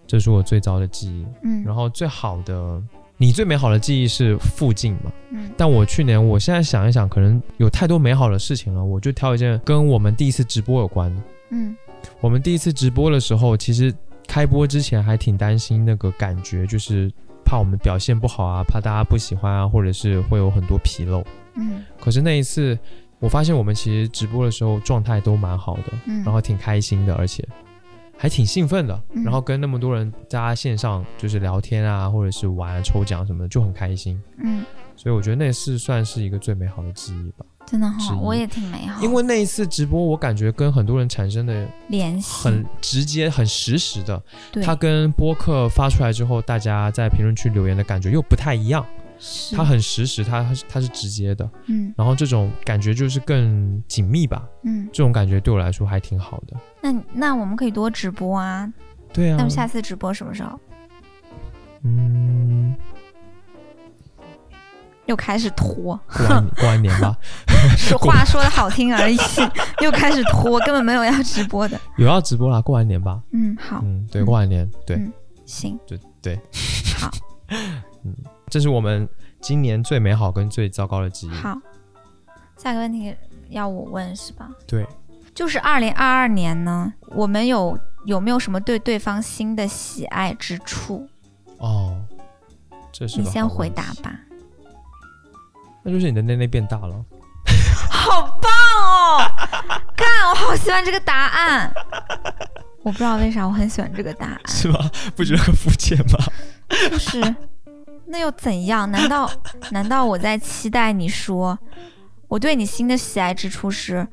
Speaker 2: 这是我最糟的记忆。然
Speaker 1: 嗯
Speaker 2: 后最好的，你最美好的记忆是附近嘛？
Speaker 1: 嗯，
Speaker 2: 但我去年，我现在想一想，可能有太多美好的事情了，我就挑一件跟我们第一次直播有关的。
Speaker 1: 嗯
Speaker 2: 我们第一次直播的时候，其实开播之前还挺担心那个感觉，就是怕我们表现不好啊，怕大家不喜欢啊，或者是会有很多纰漏。
Speaker 1: 嗯
Speaker 2: 可是那一次，我发现我们其实直播的时候状态都蛮好的，
Speaker 1: 嗯，
Speaker 2: 然后挺开心的，而且还挺兴奋的。
Speaker 1: 嗯
Speaker 2: 然后跟那么多人大家线上就是聊天啊，或者是玩、啊、抽奖什么的，就很开心。
Speaker 1: 嗯，
Speaker 2: 所以我觉得那次算是一个最美好的记忆吧，
Speaker 1: 真的
Speaker 2: 之
Speaker 1: 好，
Speaker 2: 一
Speaker 1: 我也挺美好，
Speaker 2: 因为那一次直播，我感觉跟很多人产生的
Speaker 1: 联系
Speaker 2: 很直接、很实时的，
Speaker 1: 对，
Speaker 2: 它跟播客发出来之后，大家在评论区留言的感觉又不太一样。
Speaker 1: 是
Speaker 2: 它很实时，它它是直接的，
Speaker 1: 嗯
Speaker 2: 然后这种感觉就是更紧密吧。
Speaker 1: 嗯，
Speaker 2: 这种感觉对我来说还挺好的。
Speaker 1: 那你那我们可以多直播啊，
Speaker 2: 对啊，
Speaker 1: 那么下次直播什么时候？
Speaker 2: 嗯，
Speaker 1: 又开始
Speaker 2: (laughs)
Speaker 1: 拖，
Speaker 2: 过
Speaker 1: (laughs)
Speaker 2: 完过完年吧，
Speaker 1: 说
Speaker 2: 过
Speaker 1: 话说的好听而已， (laughs) 又开始拖，根本没有要直播的。
Speaker 2: 有要直播啦，过完年吧。
Speaker 1: 嗯，好，
Speaker 2: 嗯，对，
Speaker 1: 嗯
Speaker 2: 过完年，对
Speaker 1: 嗯，行，
Speaker 2: 对对，
Speaker 1: 好，
Speaker 2: 这是我们今年最美好跟最糟糕的记忆。
Speaker 1: 好，下个问题要我问是吧？
Speaker 2: 对，
Speaker 1: 就是二零二二年呢，我们有有没有什么对对方新的喜爱之处？
Speaker 2: 哦，这是
Speaker 1: 你
Speaker 2: 个
Speaker 1: 先
Speaker 2: 好问
Speaker 1: 回
Speaker 2: 题
Speaker 1: 答，吧。
Speaker 2: 那就是你的内内变大了。
Speaker 1: 嗯 (laughs) 好棒哦！看，我好喜欢这个答案。我不知道为啥我很喜欢这个答案，
Speaker 2: 是吧？ (laughs) 不觉得很肤浅吗？
Speaker 1: 就是那又怎样？难道难道我在期待你说我对你新的喜爱之处是，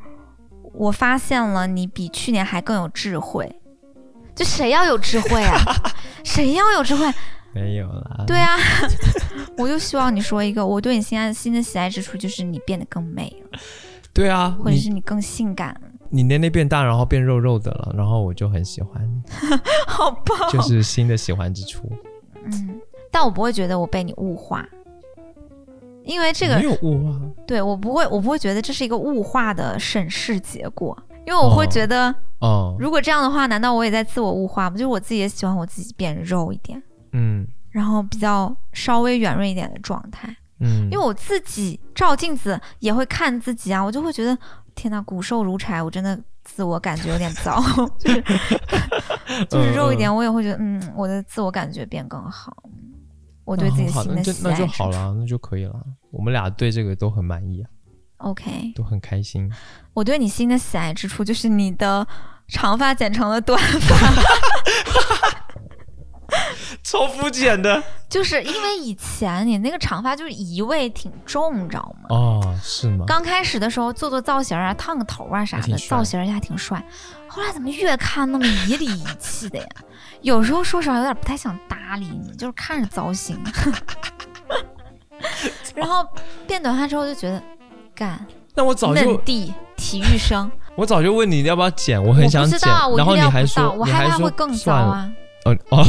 Speaker 1: 我发现了你比去年还更有智慧？就谁要有智慧啊？谁要有智慧？
Speaker 2: 没有啦。
Speaker 1: 对啊， (laughs) 我就希望你说一个，我对你新爱新的喜爱之处就是你变得更美了，
Speaker 2: 对啊，
Speaker 1: 或者是
Speaker 2: 你
Speaker 1: 你更性感了，
Speaker 2: 你年龄变大，然后变肉肉的了，然后我就很喜
Speaker 1: (laughs)
Speaker 2: 欢，
Speaker 1: 好棒。
Speaker 2: 就是新的喜欢之处。
Speaker 1: 嗯，但我不会觉得我被你物化，因为这个
Speaker 2: 没有物啊，
Speaker 1: 对我不会，我不会觉得这是一个物化的审视结果，因为我会
Speaker 2: 哦
Speaker 1: 觉得，
Speaker 2: 哦，
Speaker 1: 如果这样的话，难道我也在自我物化吗？就是我自己也喜欢我自己变肉一点，
Speaker 2: 嗯
Speaker 1: 然后比较稍微圆润一点的状态，
Speaker 2: 嗯，
Speaker 1: 因为我自己照镜子也会看自己啊，我就会觉得，天呐，骨瘦如柴，我真的。自我感觉有点
Speaker 2: (laughs)
Speaker 1: 糟，就是就是肉一点，我也会觉得，嗯，我的自我感觉变更好。我
Speaker 2: 我
Speaker 1: 对自己
Speaker 2: 嗯好，
Speaker 1: 新
Speaker 2: 那
Speaker 1: 的
Speaker 2: 就
Speaker 1: 喜
Speaker 2: 那
Speaker 1: 爱
Speaker 2: 就是好了，那就可以了。我们俩对这个都很满意啊，
Speaker 1: OK，
Speaker 2: 都很开心。
Speaker 1: 我对你新的喜爱之处就是你的长发剪成了短 (laughs) 发，
Speaker 2: 超肤浅的
Speaker 1: 就是因为以前你那个长发就是移位挺重，你知道吗？
Speaker 2: 哦，是吗？
Speaker 1: 刚开始的时候做做造型啊、烫个头啊啥
Speaker 2: 还挺
Speaker 1: 的，
Speaker 2: 帅
Speaker 1: 造型还挺帅。后来怎么越看那么一里一气的呀？ (laughs) 有时候说实话有点不太想搭理你，就是看着糟心。 (laughs) 然后变短发之后就觉得，干
Speaker 2: 那我早
Speaker 1: 嫩
Speaker 2: 就
Speaker 1: 地体育生，
Speaker 2: 我早就问你要不要剪，我很
Speaker 1: 我
Speaker 2: 想
Speaker 1: 不知
Speaker 2: 剪
Speaker 1: 道，，我
Speaker 2: 然后
Speaker 1: 预
Speaker 2: 你
Speaker 1: 料
Speaker 2: 还
Speaker 1: 不到，
Speaker 2: 说
Speaker 1: 我
Speaker 2: 你
Speaker 1: 害
Speaker 2: 还
Speaker 1: 怕
Speaker 2: 说
Speaker 1: 会更糟
Speaker 2: 算了
Speaker 1: 啊。
Speaker 2: 哦哦，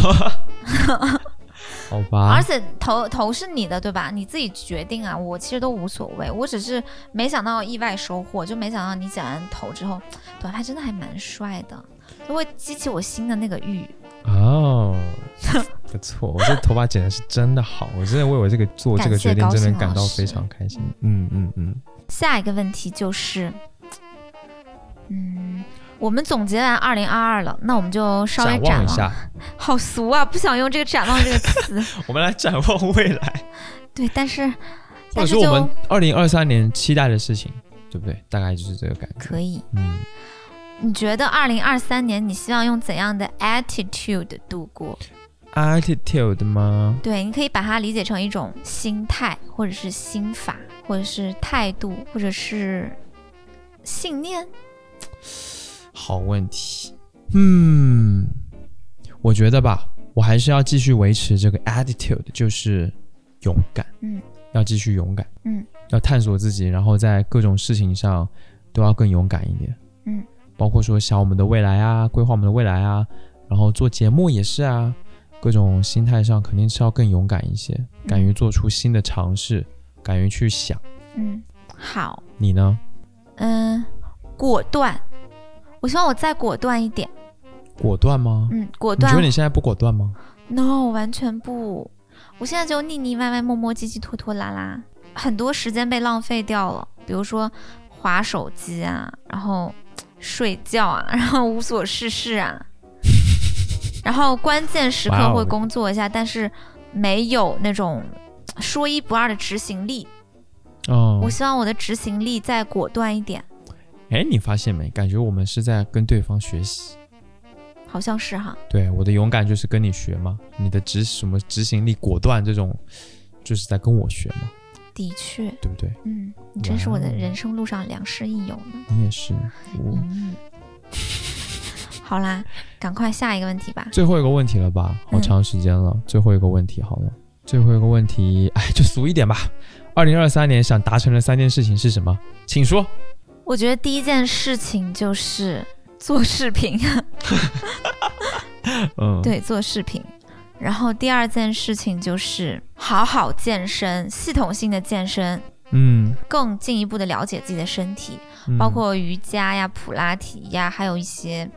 Speaker 2: (laughs) 好吧
Speaker 1: 而，且头头是你的，对吧？你自己决定啊，我其实都无所谓。我只是没想到意外收获，就没想到你剪完头之后，短发真的还蛮帅的，就会激起我新的那个欲。
Speaker 2: (laughs) 哦，不错，我这头发剪的是真的好，我真的为我这个做这个决定
Speaker 1: 感谢高
Speaker 2: 真
Speaker 1: 兴
Speaker 2: 的感到
Speaker 1: 老师
Speaker 2: 非常开心。嗯嗯嗯，
Speaker 1: 下一个问题就是，嗯，我们总结完二零二二了，那我们就稍微
Speaker 2: 展望
Speaker 1: 展
Speaker 2: 一
Speaker 1: 望，
Speaker 2: 下，
Speaker 1: 好俗啊，不想用这个“展望”这个词。 (laughs)
Speaker 2: 我们来展望未来，
Speaker 1: 对，但是
Speaker 2: 或
Speaker 1: 但
Speaker 2: 者
Speaker 1: 是
Speaker 2: 说我们
Speaker 1: 就
Speaker 2: 二零二三年期待的事情，对不对？大概就是这个感觉。
Speaker 1: 可以。
Speaker 2: 嗯，
Speaker 1: 你觉得二零二三年你希望用怎样的 attitude 度过？
Speaker 2: attitude 吗？
Speaker 1: 对，你可以把它理解成一种心态，或者是心法，或者是态度，或者是信念。
Speaker 2: 好问题。嗯，我觉得吧，我还是要继续维持这个 attitude，就是勇敢。
Speaker 1: 嗯，
Speaker 2: 要继续勇敢。
Speaker 1: 嗯，
Speaker 2: 要探索自己，然后在各种事情上都要更勇敢一点。
Speaker 1: 嗯，
Speaker 2: 包括说想我们的未来啊，规划我们的未来啊，然后做节目也是啊，各种心态上肯定是要更勇敢一些，敢于做出新的尝试，敢于去想。
Speaker 1: 嗯，好，
Speaker 2: 你呢？
Speaker 1: 嗯，果断。我希望我再果断一点。
Speaker 2: 果断吗？
Speaker 1: 嗯，果
Speaker 2: 你觉得
Speaker 1: 断。
Speaker 2: 你现在不果断吗？
Speaker 1: No，完全不。我现在就腻腻歪歪、磨磨唧唧、拖拖拉拉，很多时间被浪费掉了。比如说划手机啊，然后睡觉啊， (laughs) 然后无所事事啊，
Speaker 2: (laughs)
Speaker 1: 然后关键时
Speaker 2: 哇
Speaker 1: 刻
Speaker 2: 哦
Speaker 1: 会工作一下，但是没有那种说一不二的执行力。
Speaker 2: 哦
Speaker 1: 我，希望我的执行力再果断一点，
Speaker 2: 哎，你发现没？感觉我们是在跟对方学习。
Speaker 1: 好像是哈。
Speaker 2: 对，我的勇敢就是跟你学嘛，你的执什么执行力、果断这种，就是在跟我学嘛，
Speaker 1: 的确，
Speaker 2: 对不对？
Speaker 1: 嗯，你真是我的
Speaker 2: 哇哦
Speaker 1: 人生路上良师益友呢。
Speaker 2: 你也是。我
Speaker 1: 嗯， (laughs) 好啦，赶快下一个问题吧。
Speaker 2: 最后一个问题了吧？好
Speaker 1: 嗯
Speaker 2: 长时间了，最后一个问题好了，最后一个问题，哎，就俗一点吧。二零二三年想达成的三件事情是什么？请说。
Speaker 1: 我觉得第一件事情就是做视频， (laughs)
Speaker 2: 嗯，，
Speaker 1: 对，做视频。然后第二件事情就是好好健身，系统性的健身，
Speaker 2: 嗯，
Speaker 1: 更进一步的了解自己的身体，
Speaker 2: 嗯
Speaker 1: 包括瑜伽呀、普拉提呀，还有一些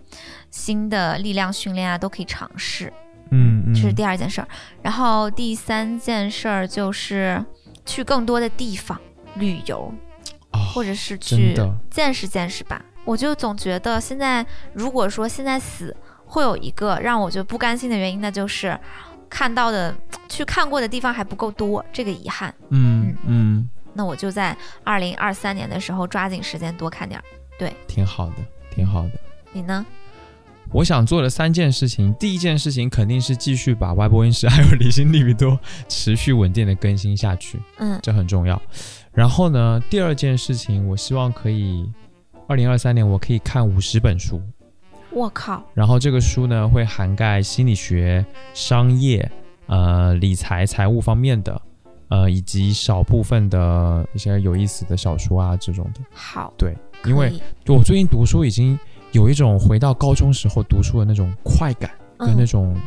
Speaker 1: 新的力量训练啊，都可以尝试。
Speaker 2: 嗯嗯，
Speaker 1: 这是第二件事儿。然后第三件事儿就是去更多的地方旅游，
Speaker 2: 啊
Speaker 1: 或者是去
Speaker 2: 真的，
Speaker 1: 见识见识吧。我就总觉得现在，如果说现在死，会有一个让我觉得不甘心的原因，那就是看到的、去看过的地方还不够多，这个遗憾。
Speaker 2: 嗯嗯，
Speaker 1: 那我就在二零二三年的时候抓紧时间多看点儿。
Speaker 2: 挺好的，挺好的。
Speaker 1: 你呢？
Speaker 2: 我想做的三件事情，第一件事情肯定是继续把 Y 播音室还有理性利比多持续稳定的更新下去，
Speaker 1: 嗯
Speaker 2: 这很重要。然后呢，第二件事情，我希望可以，二零二三年我可以看五十本书，
Speaker 1: 我靠，
Speaker 2: 然后这个书呢会涵盖心理学、商业、呃理财、财务方面的，呃以及少部分的一些有意思的小说啊这种的。
Speaker 1: 好，
Speaker 2: 对，
Speaker 1: 可
Speaker 2: 因为
Speaker 1: 以
Speaker 2: 就我最近读书已经有一种回到高中时候读书的那种快感跟那
Speaker 1: 嗯
Speaker 2: 种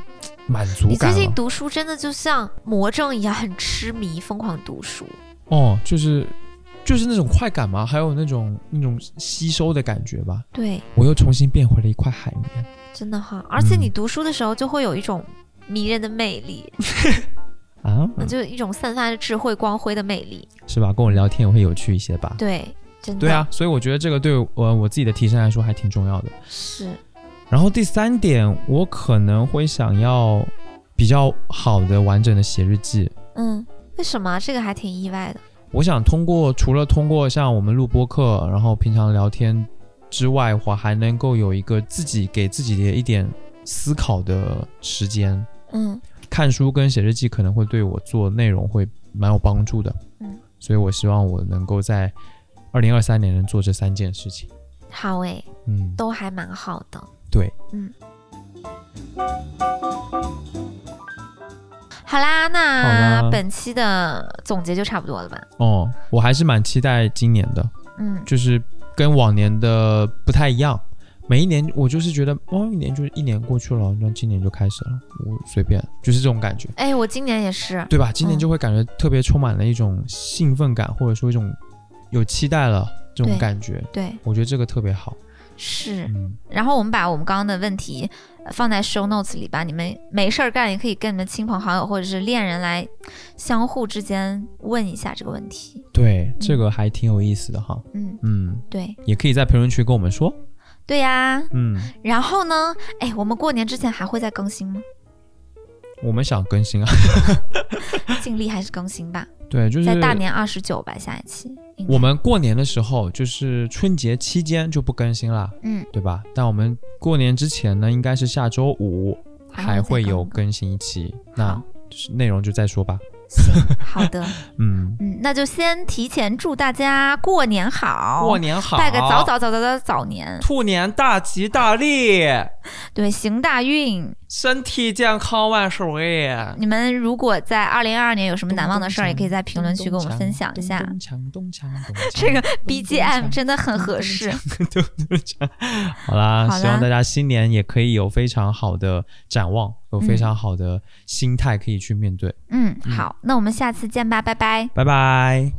Speaker 2: 满足
Speaker 1: 你
Speaker 2: 感
Speaker 1: 最
Speaker 2: 了、
Speaker 1: 近读书真的就像魔怔一样，很痴迷，疯狂读书。
Speaker 2: 哦，就是就是那种快感嘛，还有那种那种吸收的感觉吧。
Speaker 1: 对，
Speaker 2: 我又重新变回了一块海绵。
Speaker 1: 真的哈，而且
Speaker 2: 嗯
Speaker 1: 你读书的时候就会有一种迷人的魅力，
Speaker 2: 啊，
Speaker 1: 那就一种散发着智慧光辉的魅力。
Speaker 2: 是吧？跟我聊天也会有趣一些吧？
Speaker 1: 对，真的，
Speaker 2: 嗯对啊，所以我觉得这个对我我自己的提升来说还挺重要的。
Speaker 1: 是，
Speaker 2: 然后第三点，我可能会想要比较好的、完整的写日记。
Speaker 1: 嗯，为什么这个还挺意外的？
Speaker 2: 我想通过除了通过像我们录播课，然后平常聊天之外，我还能够有一个自己给自己的一点思考的时间。
Speaker 1: 嗯，
Speaker 2: 看书跟写日记可能会对我做内容会蛮有帮助的。
Speaker 1: 嗯，
Speaker 2: 所以我希望我能够在二零二三年能做这三件事情。
Speaker 1: 好诶，
Speaker 2: 嗯，
Speaker 1: 都还蛮好的。嗯
Speaker 2: 对，
Speaker 1: 好啦，
Speaker 2: 好
Speaker 1: 那
Speaker 2: 啦
Speaker 1: 本期的总结就差不多了吧？
Speaker 2: 哦，我还是蛮期待今年的，
Speaker 1: 嗯，
Speaker 2: 就是跟往年的不太一样。每一年我就是觉得，哦，一年就是一年过去了，那今年就开始了，我随便，就是这种感觉，
Speaker 1: 哎，我今年也是，
Speaker 2: 对吧？今年
Speaker 1: 嗯
Speaker 2: 就会感觉特别充满了一种兴奋感，或者说一种有期待了这种
Speaker 1: 对
Speaker 2: 感觉。
Speaker 1: 对，
Speaker 2: 我觉得这个特别好。
Speaker 1: 是。
Speaker 2: 嗯，
Speaker 1: 然后我们把我们刚刚的问题呃放在 show notes 里吧，你们没事儿干也可以跟你们亲朋好友或者是恋人来相互之间问一下这个问题。
Speaker 2: 对，这个还挺有意思的哈。
Speaker 1: 嗯，
Speaker 2: 嗯，
Speaker 1: 对，
Speaker 2: 也可以在评论区跟我们说。
Speaker 1: 对呀、
Speaker 2: 嗯，
Speaker 1: 然后呢，哎，我们过年之前还会再更新吗？
Speaker 2: 我们想更新啊。 (laughs) 呃
Speaker 1: 尽力还是更新吧，
Speaker 2: 对，就是
Speaker 1: 在大年二十九吧，下一期。应该
Speaker 2: 我们过年的时候，就是春节期间就不更新啦，
Speaker 1: 嗯
Speaker 2: 对吧？但我们过年之前呢，应该是下周五还会有
Speaker 1: 更
Speaker 2: 更新一期，那
Speaker 1: 好
Speaker 2: 就是内容就再说吧。
Speaker 1: 行，好的，
Speaker 2: 嗯，
Speaker 1: 嗯，那就先提前祝大家过年好，
Speaker 2: 过年好，
Speaker 1: 拜个早早早早早早年，
Speaker 2: 兔年大吉大利，
Speaker 1: 对，行大运。
Speaker 2: 身体健康万岁！
Speaker 1: 你们如果在二零二二年有什么难忘的事儿，也可以在评论区跟我们分享一下。
Speaker 2: 咚锵咚锵咚锵咚锵
Speaker 1: 这个
Speaker 2: 咚
Speaker 1: BGM
Speaker 2: 锵
Speaker 1: 真的很合适。
Speaker 2: 咚咚锵好啦，
Speaker 1: 好啦
Speaker 2: 希望大家新年也可以有非常好的展望，有非
Speaker 1: 嗯
Speaker 2: 常好的心态可以去面对。
Speaker 1: 嗯，好，那我们下次见吧，拜拜。
Speaker 2: 拜拜。